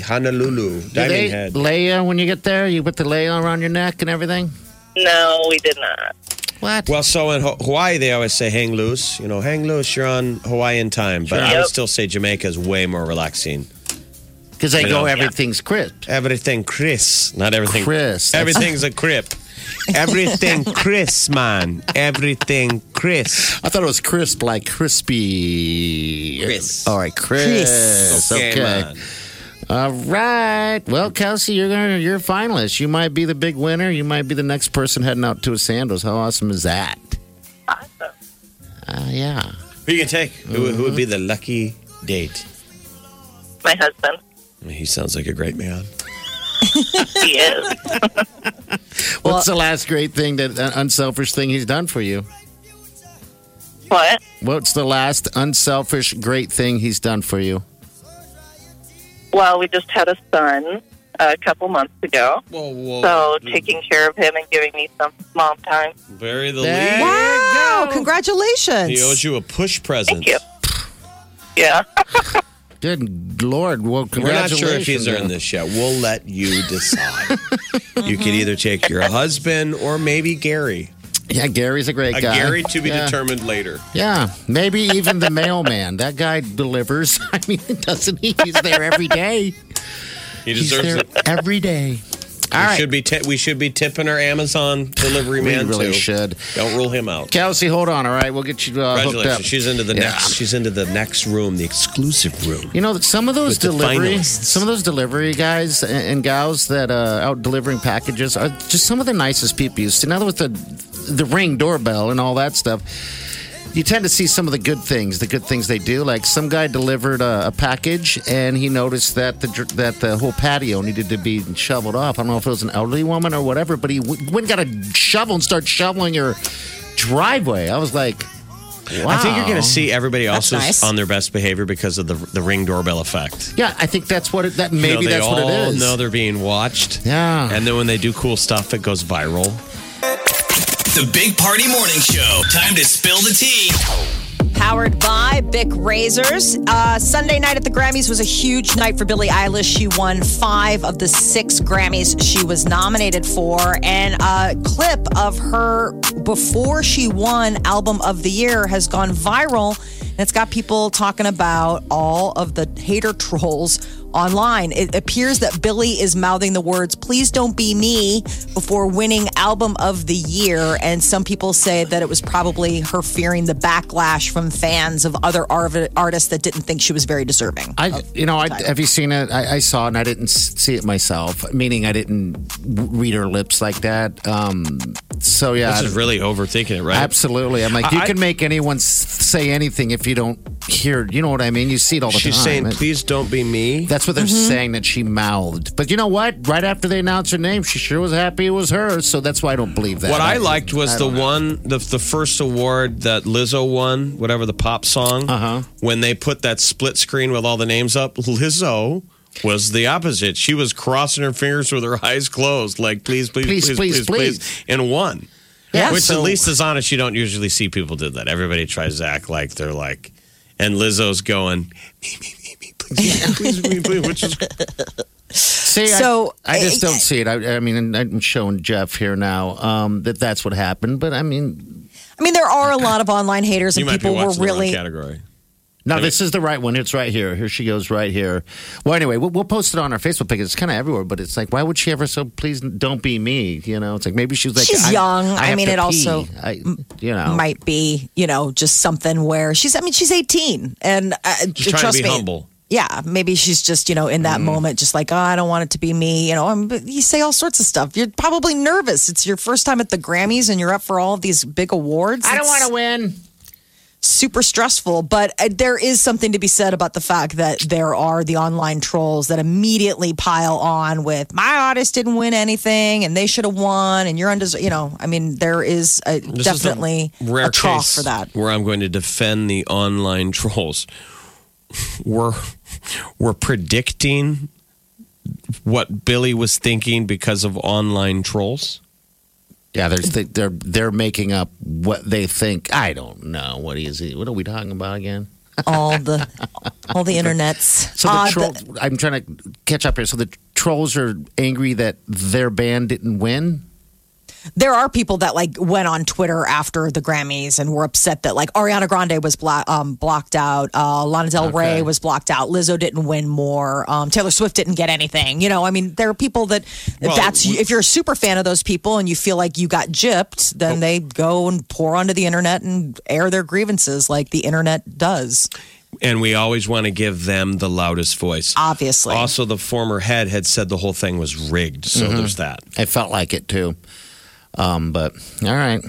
Speaker 6: Do
Speaker 4: Honolulu, Diamond
Speaker 6: they
Speaker 4: Head.
Speaker 6: lay you when you get there? You put the lay around your neck and everything?
Speaker 8: No, we did not.
Speaker 6: What?
Speaker 4: Well, so in Ho- Hawaii, they always say hang loose. You know, hang loose, you're on Hawaiian time. But I would
Speaker 8: Yep.
Speaker 4: still say Jamaica is way more relaxing.
Speaker 6: Because they
Speaker 4: you
Speaker 6: go,
Speaker 4: know.
Speaker 6: everything's crisp.
Speaker 4: Everything Chris. Not everything.
Speaker 6: Chris, that's-
Speaker 4: Everything's a crip. Everything Chris, man. Everything Chris.
Speaker 6: I thought it was crisp, like crispy.
Speaker 4: Chris.
Speaker 6: All right, Chris. Okay.
Speaker 4: man.
Speaker 6: All right. Well, Kelsey, you're gonna you're a finalist. You might be the big winner. You might be the next person heading out to a Sandals. How awesome is that?
Speaker 8: Awesome.
Speaker 6: Uh, yeah.
Speaker 4: Who you gonna take? Who, who would be the lucky date?
Speaker 8: My husband.
Speaker 4: I mean, He sounds like a great man.
Speaker 8: He is.
Speaker 6: What's the last great thing that uh, unselfish thing he's done for you?
Speaker 8: What?
Speaker 6: What's the last unselfish great thing he's done for you?
Speaker 8: Well, we just had a son a couple months ago.
Speaker 4: Whoa, whoa.
Speaker 8: So taking care of him and giving me some mom time.
Speaker 4: Bury the
Speaker 6: There
Speaker 4: lead.
Speaker 3: Wow.
Speaker 6: you go.
Speaker 3: Congratulations.
Speaker 4: He owes you a push present.
Speaker 8: Thank you. Yeah.
Speaker 6: Good Lord. Well,
Speaker 4: We're not
Speaker 6: congratulations.
Speaker 4: sure if he's earned this yet. We'll let you decide. you could either take your husband or maybe Gary.
Speaker 6: Yeah, Gary's a great
Speaker 4: A
Speaker 6: guy.
Speaker 4: Gary to be
Speaker 6: Yeah.
Speaker 4: determined later.
Speaker 6: Yeah, maybe even the mailman. That guy delivers. I mean, doesn't he? He's there every day.
Speaker 4: He
Speaker 6: He's
Speaker 4: deserves
Speaker 6: there
Speaker 4: it.
Speaker 6: every day. All
Speaker 4: we
Speaker 6: right.
Speaker 4: should be ti- we should be tipping our Amazon delivery
Speaker 6: we
Speaker 4: man
Speaker 6: really
Speaker 4: too.
Speaker 6: should.
Speaker 4: Don't rule him out.
Speaker 6: Kelsey, hold on. All right, we'll get you uh, hooked up.
Speaker 4: Congratulations. She's into the
Speaker 6: Yeah.
Speaker 4: next she's into the next room, the exclusive room.
Speaker 6: You know, that some of those
Speaker 4: With the
Speaker 6: delivery,
Speaker 4: finalists.
Speaker 6: some of those delivery guys and, and gals that uh, out delivering packages are just some of the nicest people. You see, now with the the ring doorbell and all that stuff, you tend to see some of the good things, the good things they do. Like some guy delivered a, a package and he noticed that the dr- that the whole patio needed to be shoveled off. I don't know if it was an elderly woman or whatever, but he w- went and got a shovel and started shoveling her driveway. I was like, wow.
Speaker 4: I think you're going to see everybody else
Speaker 3: That's
Speaker 4: is
Speaker 3: nice.
Speaker 4: on their best behavior because of the the ring doorbell effect.
Speaker 6: Yeah, I think that's what it, that maybe
Speaker 4: you know, they
Speaker 6: that's
Speaker 4: all
Speaker 6: what it is.
Speaker 4: know they're being watched.
Speaker 6: Yeah.
Speaker 4: And then when they do cool stuff, it goes viral.
Speaker 1: The Big Party Morning Show. Time to spill the tea.
Speaker 3: Powered by Bic Razors. Uh, Sunday night at the Grammys was a huge night for Billie Eilish. She won five of the six Grammys she was nominated for. And a clip of her before she won Album of the Year has gone viral. And it's got people talking about all of the hater trolls online. It appears that Billy is mouthing the words, please don't be me, before winning Album of the Year. And some people say that it was probably her fearing the backlash from fans of other arv- artists that didn't think she was very deserving.
Speaker 6: I, you know, I, have you seen it? I, I saw it and I didn't s- see it myself, meaning I didn't w- read her lips like that. Um, so, yeah.
Speaker 4: This
Speaker 6: I-
Speaker 4: is really overthinking it, right?
Speaker 6: Absolutely. I'm like, you
Speaker 4: I-
Speaker 6: can make anyone s- say anything if you don't hear, you know what I mean? You see it all the
Speaker 4: She's
Speaker 6: time.
Speaker 4: saying,
Speaker 6: It-
Speaker 4: "Please don't be me."
Speaker 6: That's That's what they're
Speaker 3: Mm-hmm.
Speaker 6: saying that she mouthed. But you know what? Right after they announced her name, she sure was happy it was her. So that's why I don't believe that.
Speaker 4: What I liked was
Speaker 6: I
Speaker 4: the
Speaker 6: don't know.
Speaker 4: one, the, the first award that Lizzo won, whatever the pop song.
Speaker 6: Uh-huh.
Speaker 4: When they put that split screen with all the names up, Lizzo was the opposite. She was crossing her fingers with her eyes closed, like please, please, please,
Speaker 6: Please,
Speaker 4: please, please,
Speaker 6: please,
Speaker 4: and won.
Speaker 6: Yeah,
Speaker 4: Which
Speaker 6: so-
Speaker 4: at least is honest. You don't usually see people do that. Everybody tries to act like they're like, and Lizzo's going, me, me, me, me, please, please, please, please, which is
Speaker 6: See, I-
Speaker 3: So,
Speaker 6: I, just
Speaker 3: I-
Speaker 6: don't see it. I, I mean, and I'm showing Jeff here now um, that that's what happened. But I mean,
Speaker 3: I mean, there are a lot of online haters,
Speaker 4: you
Speaker 3: and
Speaker 4: might be
Speaker 3: people were
Speaker 4: watching the
Speaker 3: really.
Speaker 4: wrong category.
Speaker 6: no,
Speaker 4: I mean-
Speaker 6: this is the right one. It's right here. Here she goes, right here. Well, anyway, we'll, we'll post it on our Facebook page. It's kind of everywhere, but it's like, why would she ever? So please don't be me. You know, it's like maybe she's like
Speaker 3: She's
Speaker 6: I-
Speaker 3: young. I
Speaker 6: have
Speaker 3: mean,
Speaker 6: to
Speaker 3: it also
Speaker 6: pee. I, you know
Speaker 3: Might be, you know, just something where she's. I mean, she's 18, and uh,
Speaker 4: She's trying to
Speaker 3: trust
Speaker 4: be
Speaker 3: me,
Speaker 4: humble.
Speaker 3: yeah, maybe she's just, you know, in that moment, just like, oh, I don't want it to be me. You know, I'm, but you say all sorts of stuff. You're probably nervous. It's your first time at the Grammys and you're up for all of these big awards.
Speaker 6: I don't
Speaker 3: It's
Speaker 6: want to win.
Speaker 3: Super stressful, but uh, there is something to be said about the fact that there are the online trolls that immediately pile on with, my artist didn't win anything and they should have won and you're undeserved. You know, I mean, there is a,
Speaker 4: This is the
Speaker 3: definitely a trough for that.
Speaker 4: where I'm going to defend the online trolls. We're we're predicting what Billy was thinking because of online trolls.
Speaker 6: Yeah, there's the, they're they're making up what they think. I don't know what is it. What are we talking about again?
Speaker 3: All the, all the internets.
Speaker 6: So the
Speaker 3: Uh,
Speaker 6: trolls. I'm trying to catch up here. So the trolls are angry that their band didn't win.
Speaker 3: there are people that like went on Twitter after the Grammys and were upset that like Ariana Grande was blo- um, blocked out, uh, Lana Del Rey was blocked out, Lizzo didn't win more, um, Taylor Swift didn't get anything. You know, I mean, there are people that
Speaker 4: Well,
Speaker 3: that's
Speaker 4: we-
Speaker 3: if you're a super fan of those people and you feel like you got gypped,
Speaker 4: Oh.
Speaker 3: then they go and pour onto the internet and air their grievances like the internet does.
Speaker 4: And we always want to give them the loudest voice.
Speaker 3: Obviously,
Speaker 4: Also, the former head had said the whole thing was rigged, so there's that.
Speaker 6: It felt like it too. Um, but all right,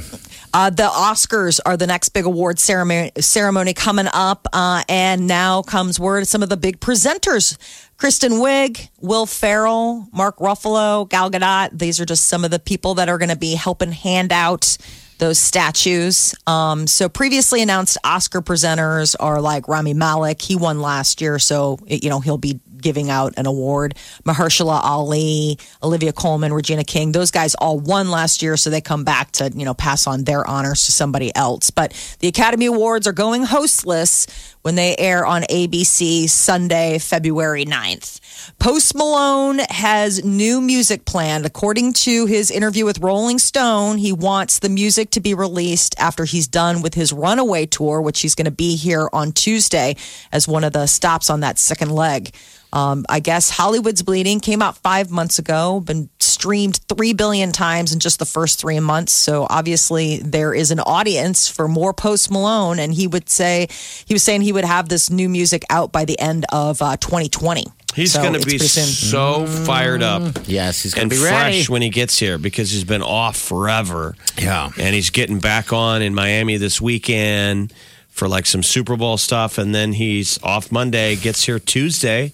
Speaker 3: Uh, the Oscars are the next big award ceremony, ceremony coming up, uh, and now comes word of some of the big presenters: Kristen Wiig, Will Ferrell, Mark Ruffalo, Gal Gadot. These are just some of the people that are going to be helping hand out those statues. Um, so previously announced Oscar presenters are like Rami Malek. He won last year, so you know he'll be giving out an award. Mahershala Ali, Olivia Coleman, Regina King, those guys all won last year, so they come back to, you know, pass on their honors to somebody else. But the Academy Awards are going hostless when they air on ABC Sunday, February 9th. Post Malone has new music planned. According to his interview with Rolling Stone, he wants the music to be released after he's done with his runaway tour, which he's going to be here on Tuesday as one of the stops on that second leg. Um, I guess Hollywood's Bleeding came out five months ago, been streamed three billion times in just the first three months. So obviously there is an audience for more Post Malone, and he would say he was saying he would have this new music out by the end of uh, 2020.
Speaker 4: He's
Speaker 3: So
Speaker 4: going to
Speaker 3: it's
Speaker 4: be
Speaker 3: pretty soon.
Speaker 4: so fired up
Speaker 6: yes, he's gonna
Speaker 4: and
Speaker 6: be
Speaker 4: fresh
Speaker 6: ready.
Speaker 4: when he gets here because he's been off forever.
Speaker 6: Yeah.
Speaker 4: and he's getting back on in Miami this weekend for like some Super Bowl stuff, and then he's off Monday, gets here Tuesday.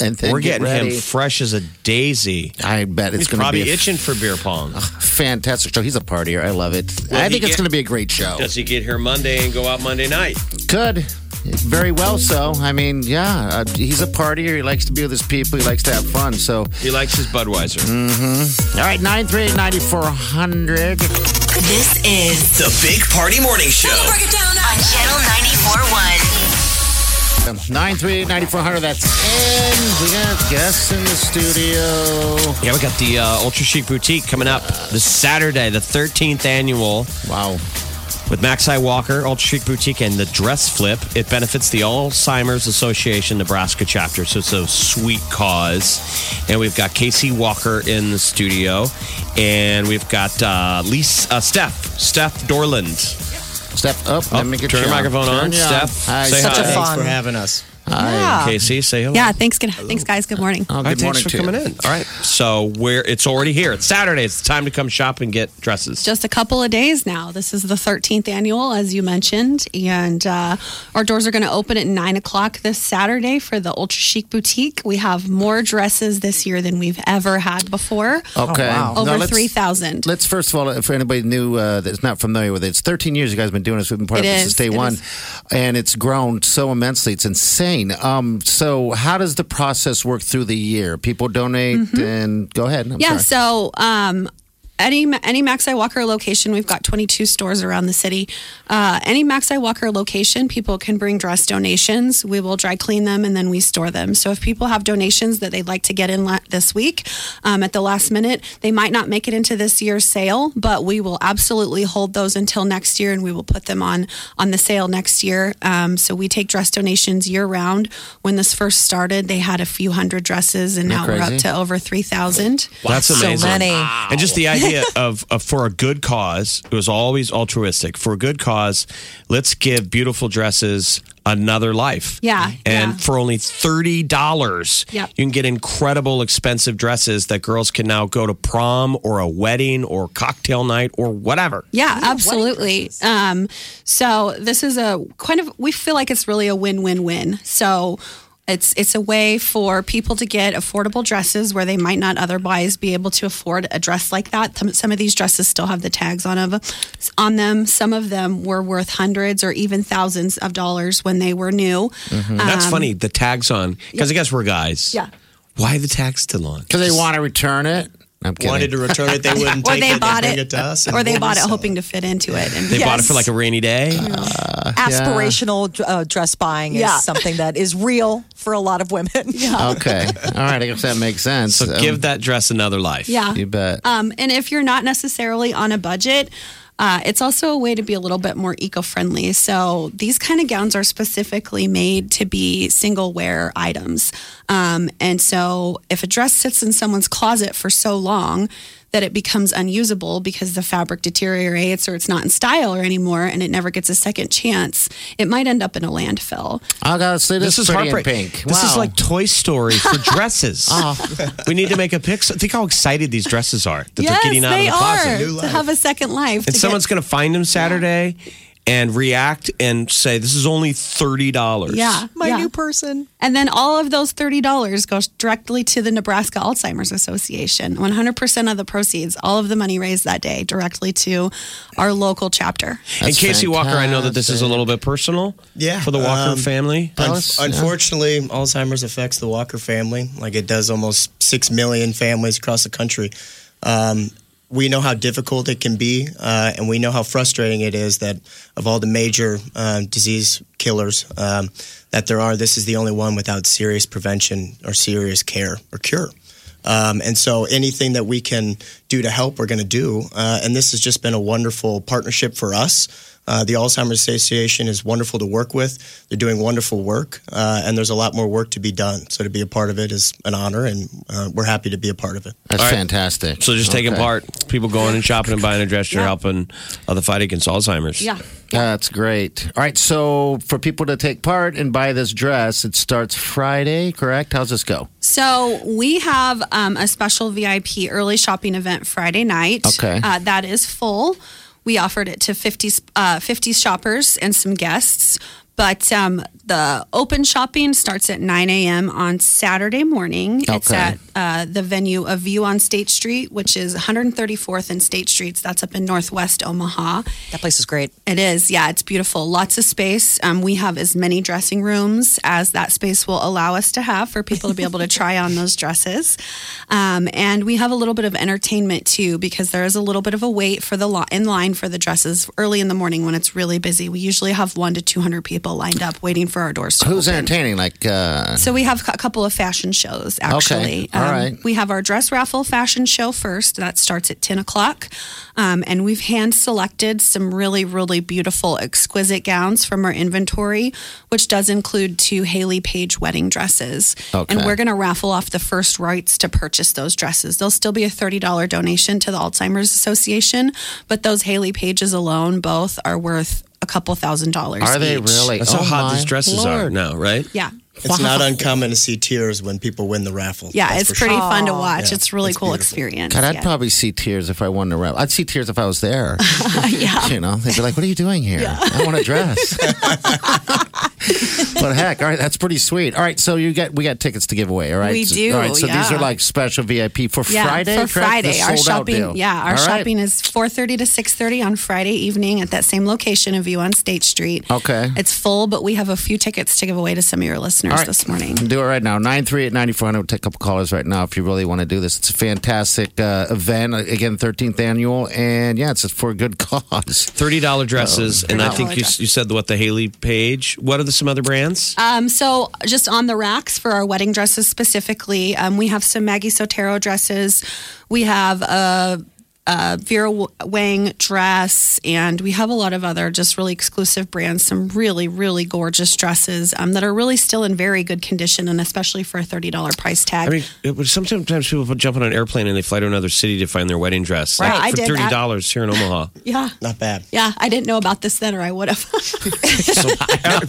Speaker 6: and then
Speaker 4: We're
Speaker 6: get
Speaker 4: getting
Speaker 6: ready.
Speaker 4: him fresh as a daisy.
Speaker 6: I bet it's
Speaker 4: He's
Speaker 6: going to
Speaker 4: probably
Speaker 6: be a
Speaker 4: itching for beer pong.
Speaker 6: fantastic show. He's a partier. I love it.
Speaker 4: Will
Speaker 6: I
Speaker 4: he
Speaker 6: think it's
Speaker 4: get-
Speaker 6: going to be a great show.
Speaker 4: Does he get here Monday and go out Monday night?
Speaker 6: Could very well so. I mean, yeah, uh, he's a partier. He likes to be with his people. He likes to have fun. So, all
Speaker 4: He likes his Budweiser.
Speaker 6: right, nine three eight ninety four hundred.
Speaker 2: This is
Speaker 1: The Big Party Morning Show.
Speaker 2: on Channel 94.1.
Speaker 6: 938-9400, that's in. We got guests in the studio.
Speaker 4: Yeah, we got the uh, Ultra Chic Boutique coming up this Saturday, the 13th annual.
Speaker 6: Wow.
Speaker 4: With Maxi Walker, Ultra Chic Boutique, and the Dress Flip, it benefits the Alzheimer's Association Nebraska chapter. So it's a sweet cause. And we've got Casey Walker in the studio. And we've got uh, Lisa, uh, Steph, Steph Dorland.
Speaker 6: Step up.
Speaker 4: Oh, turn your microphone on, Steph.
Speaker 6: Hi,
Speaker 4: Say
Speaker 6: Steph. Uh,
Speaker 3: Such a
Speaker 10: Thanks
Speaker 3: fun.
Speaker 10: for having us.
Speaker 4: Hi, Casey. Say hello.
Speaker 10: Yeah, thanks. Good, thanks, guys. Good morning.
Speaker 6: Oh,
Speaker 4: All right,
Speaker 6: good
Speaker 4: thanks
Speaker 6: morning
Speaker 4: for
Speaker 6: to you.
Speaker 4: coming in. All right, so we're it's already here. It's Saturday. It's time to come shop and get dresses.
Speaker 10: Just a couple of days now. This is the 13th annual, as you mentioned, and uh, our doors are going to open at nine o'clock this Saturday for the Ultra Chic Boutique. We have more dresses this year than we've ever had before.
Speaker 4: Oh,
Speaker 6: Okay.
Speaker 3: wow.
Speaker 6: Now
Speaker 10: Over
Speaker 6: let's-
Speaker 10: 3,000.
Speaker 6: Let's first of all, for anybody new uh, that's not familiar with it, it's 13 years you guys have been doing this. We've been part
Speaker 10: It
Speaker 6: of it
Speaker 10: is,
Speaker 6: since day
Speaker 10: it
Speaker 6: one,
Speaker 10: is.
Speaker 6: and it's grown so immensely. It's insane. Um, so, how does the process work through the year? People donate, and go ahead. I'm
Speaker 10: Mm-hmm. yeah
Speaker 6: sorry.
Speaker 10: so um any any maxi walker location we've got 22 stores around the city uh, any maxi walker location people can bring dress donations we will dry clean them and then we store them so if people have donations that they'd like to get in la- this week um, at the last minute they might not make it into this year's sale but we will absolutely hold those until next year and we will put them on on the sale next year um, so we take dress donations year round when this first started they had a few hundred dresses and now we're up
Speaker 6: crazy?
Speaker 10: to over 3000
Speaker 4: That's
Speaker 3: So
Speaker 4: amazing.
Speaker 3: many.
Speaker 4: And just the idea of, of for a good cause, it was always altruistic. For a good cause, let's give beautiful dresses another life.
Speaker 10: Yeah,
Speaker 4: And
Speaker 10: yeah.
Speaker 4: for only thirty dollars,
Speaker 10: Yep.
Speaker 4: you can get incredible expensive dresses that girls can now go to prom or a wedding or cocktail night or whatever.
Speaker 10: Yeah, absolutely. Um, so this is a kind of we feel like it's really a win-win-win. So it's it's a way for people to get affordable dresses where they might not otherwise be able to afford a dress like that. Some, some of these dresses still have the tags on of uh, on them. Some of them were worth hundreds or even thousands of dollars when they were new.
Speaker 4: That's funny. The tags on because I guess we're guys.
Speaker 10: Um, Yeah.
Speaker 4: Why the tags still on?
Speaker 6: because they want to return it. I'm kidding.
Speaker 4: wanted to return it, they wouldn't
Speaker 10: Or
Speaker 4: take
Speaker 10: they
Speaker 4: it.
Speaker 10: bought
Speaker 4: bring
Speaker 10: it,
Speaker 4: to us and
Speaker 10: or they
Speaker 4: we'll
Speaker 10: bought it
Speaker 4: resell
Speaker 10: hoping to fit into it. And
Speaker 4: They bought it for like a rainy day.
Speaker 3: Aspirational uh, dress buying is
Speaker 10: Yeah.
Speaker 3: something that is real for a lot of women.
Speaker 6: okay. All right. I guess that makes sense.
Speaker 4: So
Speaker 6: Um,
Speaker 4: give that dress another life.
Speaker 10: yeah,
Speaker 6: You bet.
Speaker 10: Um, and if you're not necessarily on a budget, uh, it's also a way to be a little bit more eco friendly. So these kind of gowns are specifically made to be single wear items. Um, and so if a dress sits in someone's closet for so long, that it becomes unusable because the fabric deteriorates or it's not in style or anymore and it never gets a second chance, it might end up in a landfill.
Speaker 6: I gotta say Oh, this,
Speaker 4: This is
Speaker 6: pretty in
Speaker 4: heartbreak.
Speaker 6: pink.
Speaker 4: This
Speaker 6: wow.
Speaker 4: is like Toy Story for dresses.
Speaker 10: Oh.
Speaker 4: We need to make a picture. Think how excited these dresses are that they're getting out of the closet.
Speaker 10: are to have a second life. to
Speaker 4: And
Speaker 10: get-
Speaker 4: someone's going to find them Saturday and react and say, "This is only thirty dollars."
Speaker 10: yeah,
Speaker 3: My
Speaker 10: yeah.
Speaker 3: new person.
Speaker 10: And then all of those $30 goes directly to the Nebraska Alzheimer's Association. 100% of the proceeds, all of the money raised that day, directly to our local chapter.
Speaker 4: And
Speaker 6: That's
Speaker 4: Casey Walker, I know that this is a little bit personal.
Speaker 11: Yeah,
Speaker 4: For the Walker
Speaker 11: um,
Speaker 4: family.
Speaker 11: Unf-
Speaker 6: Alice?
Speaker 11: unfortunately, Alzheimer's affects the Walker family like it does almost 6 million families across the country. Um, we know how difficult it can be, uh, and we know how frustrating it is that of all the major uh, disease killers um, that there are, this is the only one without serious prevention or serious care or cure. Um, and so anything that we can do to help, we're going to do. Uh, and this has just been a wonderful partnership for us. Uh, the Alzheimer's Association is wonderful to work with. They're doing wonderful work, uh, and there's a lot more work to be done. So to be a part of it is an honor, and uh, we're happy to be a part of it.
Speaker 6: That's
Speaker 4: All right.
Speaker 6: fantastic.
Speaker 4: So just taking
Speaker 6: Okay.
Speaker 4: part, people going and shopping and buying a dress, you're
Speaker 10: Yeah.
Speaker 4: helping uh, the fight against Alzheimer's.
Speaker 10: Yeah.
Speaker 6: That's great. All right, so for people to take part and buy this dress, it starts Friday, correct? How's this go?
Speaker 10: So we have um, a special VIP early shopping event Friday night.
Speaker 6: Okay.
Speaker 10: Uh, that is full. We offered it to 50, uh, 50 shoppers and some guests. But um, the open shopping starts at 9 a.m. on Saturday morning. It's
Speaker 6: Okay.
Speaker 10: at uh, the venue of View on State Street, which is 134th and State Streets. That's up in Northwest Omaha.
Speaker 3: That place is great.
Speaker 10: It is, yeah, it's beautiful. Lots of space. Um, we have as many dressing rooms as that space will allow us to have for people to be able to try on those dresses. Um, and we have a little bit of entertainment too, because there is a little bit of a wait for the lo- in line for the dresses early in the morning when it's really busy. We usually have one to two hundred people lined up waiting for our doors to
Speaker 6: Who's
Speaker 10: open.
Speaker 6: entertaining? Like, uh,
Speaker 10: So we have a couple of fashion shows actually. Um,
Speaker 6: Okay. All right.
Speaker 10: We have our dress raffle fashion show first. That starts at 10 o'clock. Um, and we've hand selected some really, really beautiful, exquisite gowns from our inventory, which does include two Haley Page wedding dresses.
Speaker 6: Okay.
Speaker 10: And we're going to raffle off the first rights to purchase those dresses. There'll still be a $30 donation to the Alzheimer's Association, but those Haley Pages alone both are worth a couple thousand dollars.
Speaker 11: Are they
Speaker 10: each.
Speaker 11: really?
Speaker 4: That's how
Speaker 11: Oh
Speaker 4: hot
Speaker 11: my
Speaker 4: these dresses are
Speaker 11: Lord.
Speaker 4: now, right?
Speaker 10: Yeah.
Speaker 11: It's not uncommon to see tears when people win the raffle.
Speaker 10: Yeah,
Speaker 11: that's
Speaker 10: it's
Speaker 11: for
Speaker 10: pretty
Speaker 11: sure.
Speaker 10: fun to watch.
Speaker 11: Yeah,
Speaker 10: it's a really cool
Speaker 11: beautiful.
Speaker 10: experience.
Speaker 6: God, I'd
Speaker 10: yeah.
Speaker 6: probably see tears if I won the rep. I'd see tears if I was there. yeah. You know, they'd be like, what are you doing here? I want a dress. but heck, all right, that's pretty sweet. All right, so you get we got tickets to give away, all right?
Speaker 10: We do,
Speaker 6: All right, so these
Speaker 10: yeah.
Speaker 6: are like special VIP for
Speaker 10: Yeah,
Speaker 6: Friday.
Speaker 10: for
Speaker 6: correct?
Speaker 10: Friday.
Speaker 6: The
Speaker 10: our
Speaker 6: sold-out
Speaker 10: shopping,
Speaker 6: deal.
Speaker 10: yeah, our
Speaker 6: All right.
Speaker 10: shopping is 4:30 to 6:30 on Friday evening at that same location of you on State Street.
Speaker 6: Okay.
Speaker 10: It's full, but we have a few tickets to give away to some of your listeners
Speaker 6: All right.
Speaker 10: this morning.
Speaker 6: Do it right now. 938 9400. We'll take a couple callers right now if you really want to do this. It's a fantastic uh, event. Again, 13th annual. And yeah, it's for a good cause.
Speaker 4: $30 dresses. and I
Speaker 6: $30
Speaker 4: think you,
Speaker 10: dresses.
Speaker 4: you said what the Haley page. What are the, some other brands?
Speaker 10: Um, so, just on the racks for our wedding dresses specifically, um, we have some Maggie Sotero dresses. We have a, a Vera Wang dress, and we have a lot of other just really exclusive brands, some really, really gorgeous dresses um, that are really still in very good condition, and especially for a $30 price tag.
Speaker 4: I mean, it was sometimes people jump on an airplane and they fly to another city to find their wedding dress.
Speaker 10: Right,
Speaker 4: Like,
Speaker 10: I
Speaker 4: for
Speaker 10: did that.
Speaker 4: $30 here in Omaha.
Speaker 10: yeah.
Speaker 11: Not bad.
Speaker 10: Yeah, I didn't know about this then, or I would have.
Speaker 4: So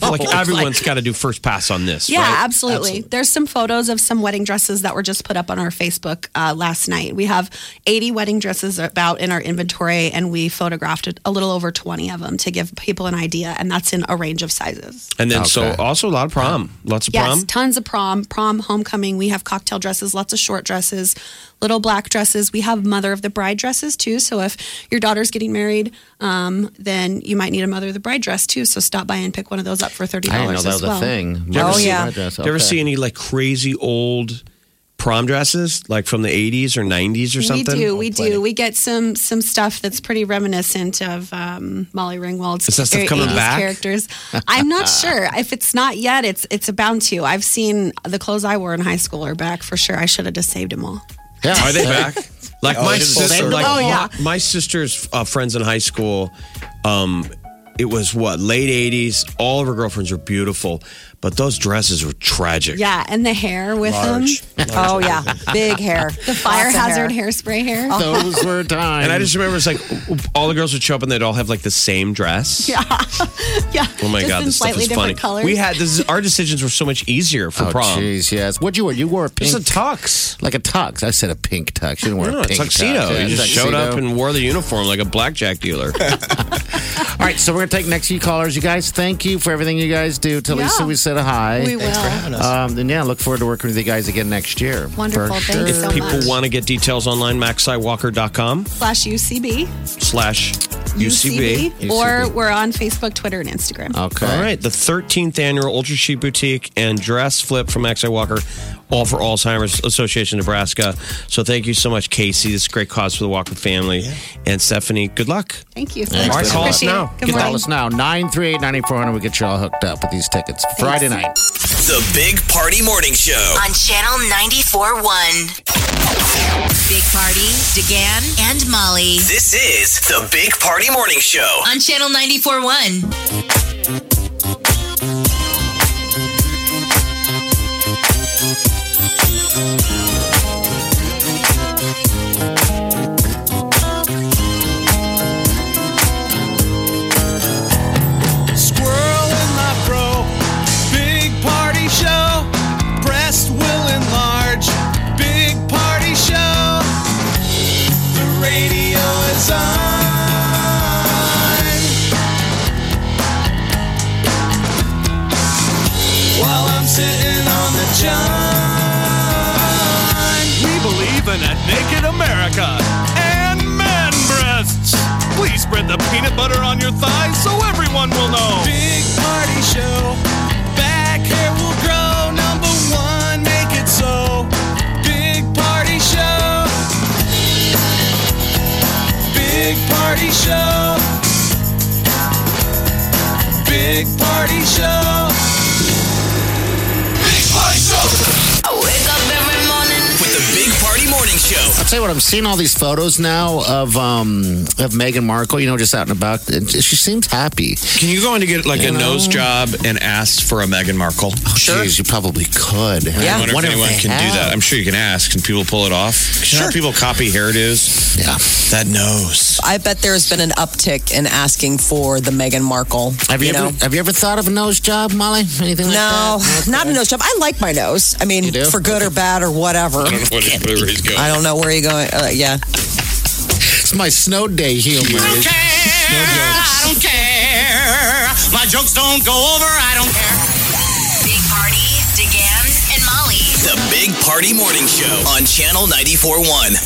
Speaker 4: like everyone's got to do first pass on this.
Speaker 10: Yeah,
Speaker 4: right?
Speaker 10: absolutely. There's some photos of some wedding dresses that were just put up on our Facebook uh, last night. We have 80 wedding dresses about in our inventory, and we photographed a little over 20 of them to give people an idea, and that's in a range of sizes.
Speaker 4: And then so also a lot of prom, lots of
Speaker 10: yes,
Speaker 4: prom.
Speaker 10: tons of prom, prom, homecoming. We have cocktail dresses, lots of short dresses, little black dresses. We have mother of the bride dresses too. So if your daughter's getting married, um, then you might need a mother of the bride dress too. So stop by and pick one of those up for thirty
Speaker 6: I didn't know
Speaker 10: dollars
Speaker 6: that
Speaker 10: as
Speaker 6: was
Speaker 10: well.
Speaker 6: a thing.
Speaker 4: you ever
Speaker 6: Oh,
Speaker 4: see-
Speaker 6: yeah.
Speaker 4: Do you ever see any like crazy old prom dresses, like from the eighties or nineties or something?
Speaker 10: We do, we do. We get some some stuff that's pretty reminiscent of um, Molly Ringwald's
Speaker 4: Is that stuff
Speaker 10: very
Speaker 4: coming
Speaker 10: 80s
Speaker 4: back?
Speaker 10: characters. I'm not sure if it's not yet. It's it's bound to. I've seen the clothes I wore in high school are back for sure. I should have just saved them all.
Speaker 6: Yeah.
Speaker 4: Are they back? Like
Speaker 6: Oh,
Speaker 4: my
Speaker 6: it's full
Speaker 4: sister,
Speaker 6: circle.
Speaker 4: like
Speaker 6: Oh, yeah.
Speaker 4: my, my sister's uh, friends in high school. Um, it was what late eighties. All of her girlfriends were beautiful, but those dresses were tragic.
Speaker 10: Yeah, and the hair with
Speaker 4: Large.
Speaker 10: them.
Speaker 4: Large. Oh, yeah.
Speaker 3: big hair.
Speaker 10: The fire
Speaker 3: Lots of
Speaker 10: hazard
Speaker 3: hair.
Speaker 10: hairspray hair.
Speaker 6: Those were times.
Speaker 4: And I just remember it's like all the girls would show up and they'd all have like the same dress.
Speaker 10: Yeah. yeah.
Speaker 4: Oh my
Speaker 10: Just
Speaker 4: god,
Speaker 10: in
Speaker 4: this stuff
Speaker 10: slightly
Speaker 4: is funny.
Speaker 10: different colors.
Speaker 4: We had this. Is, our decisions were so much easier for
Speaker 6: Oh,
Speaker 4: prom.
Speaker 6: jeez, yes. What'd you wear? You wore a pink.
Speaker 4: Just a tux.
Speaker 6: Like a tux. I said a pink tux. You didn't wear
Speaker 4: No,
Speaker 6: a
Speaker 4: a
Speaker 6: pink
Speaker 4: tuxedo.
Speaker 6: tux. Yeah,
Speaker 4: you just showed
Speaker 6: tuxedo.
Speaker 4: up and wore the uniform like a blackjack dealer.
Speaker 6: All right, so we're gonna take next few callers. You guys, thank you for everything you guys do. Tell Lisa
Speaker 10: Yeah.
Speaker 6: we said hi.
Speaker 10: We Thanks for will. having
Speaker 6: us. Um, and yeah, look forward to working with you guys again next year. For
Speaker 10: Wonderful. Thanks
Speaker 6: sure.
Speaker 10: so
Speaker 4: People
Speaker 10: much.
Speaker 4: want to get details online, maxiwalker.com
Speaker 10: slash UCB.
Speaker 4: slash UCB.
Speaker 10: Or we're on Facebook, Twitter, and Instagram.
Speaker 6: Okay.
Speaker 4: All right. The 13th annual Ultra Chic Boutique and Dress Flip from Maxi Walker, all for Alzheimer's Association Nebraska. So thank you so much, Casey. This is a great cause for the Walker family. And Stephanie, good luck.
Speaker 10: Thank you.
Speaker 4: All right, call us
Speaker 10: Appreciate it.
Speaker 4: now.
Speaker 10: Good
Speaker 6: Get
Speaker 10: morning.
Speaker 6: Call us now, 938 9400. We get you all hooked up with these tickets. Friday night.
Speaker 1: The Big Party Morning Show.
Speaker 2: on Channel 94.1. Big Party, DeGan, and Molly
Speaker 1: This is the Big Party Morning Show.
Speaker 2: on Channel 94.1.
Speaker 9: Squirrel in my bro. Big party show. Breast will enlarge. Big party show. The radio is on. While I'm sitting on the john. We believe in a naked America and man breasts. Please spread the peanut butter on your thighs so everyone will know. Big party show. Back hair will grow. Number one, make it so. Big party show. Big party show. Big party show. Big party show.
Speaker 2: I wake up every morning
Speaker 1: With the Big Party Morning Show Show.
Speaker 6: I'll tell you what, I'm seeing all these photos now of um of Meghan Markle, you know, just out and about. And She seems happy.
Speaker 4: Can you go in to get like a nose job and ask for a Meghan Markle?
Speaker 6: sure. you probably could.
Speaker 4: I wonder
Speaker 6: Wonder
Speaker 4: if anyone
Speaker 6: they
Speaker 4: can do
Speaker 6: have.
Speaker 4: that. I'm sure you can ask. Can people pull it off? Sure. people copy hairdos.
Speaker 6: Yeah.
Speaker 4: That nose.
Speaker 3: I bet there's been an uptick in asking for the Meghan Markle.
Speaker 6: Have you,
Speaker 3: know?
Speaker 6: ever have you ever thought of a nose job, Molly? Anything like
Speaker 3: no,
Speaker 6: that?
Speaker 3: not a nose job. I like my nose. I mean,
Speaker 6: do?
Speaker 3: for good or bad or whatever.
Speaker 4: I don't know what his where he's going.
Speaker 3: I don't know where you're going. Uh, yeah.
Speaker 6: It's my snow day humor.
Speaker 1: I don't care. My jokes don't go over. I don't care.
Speaker 2: Big Party, DeGan, and Molly.
Speaker 1: The Big Party Morning Show on Channel 94.1.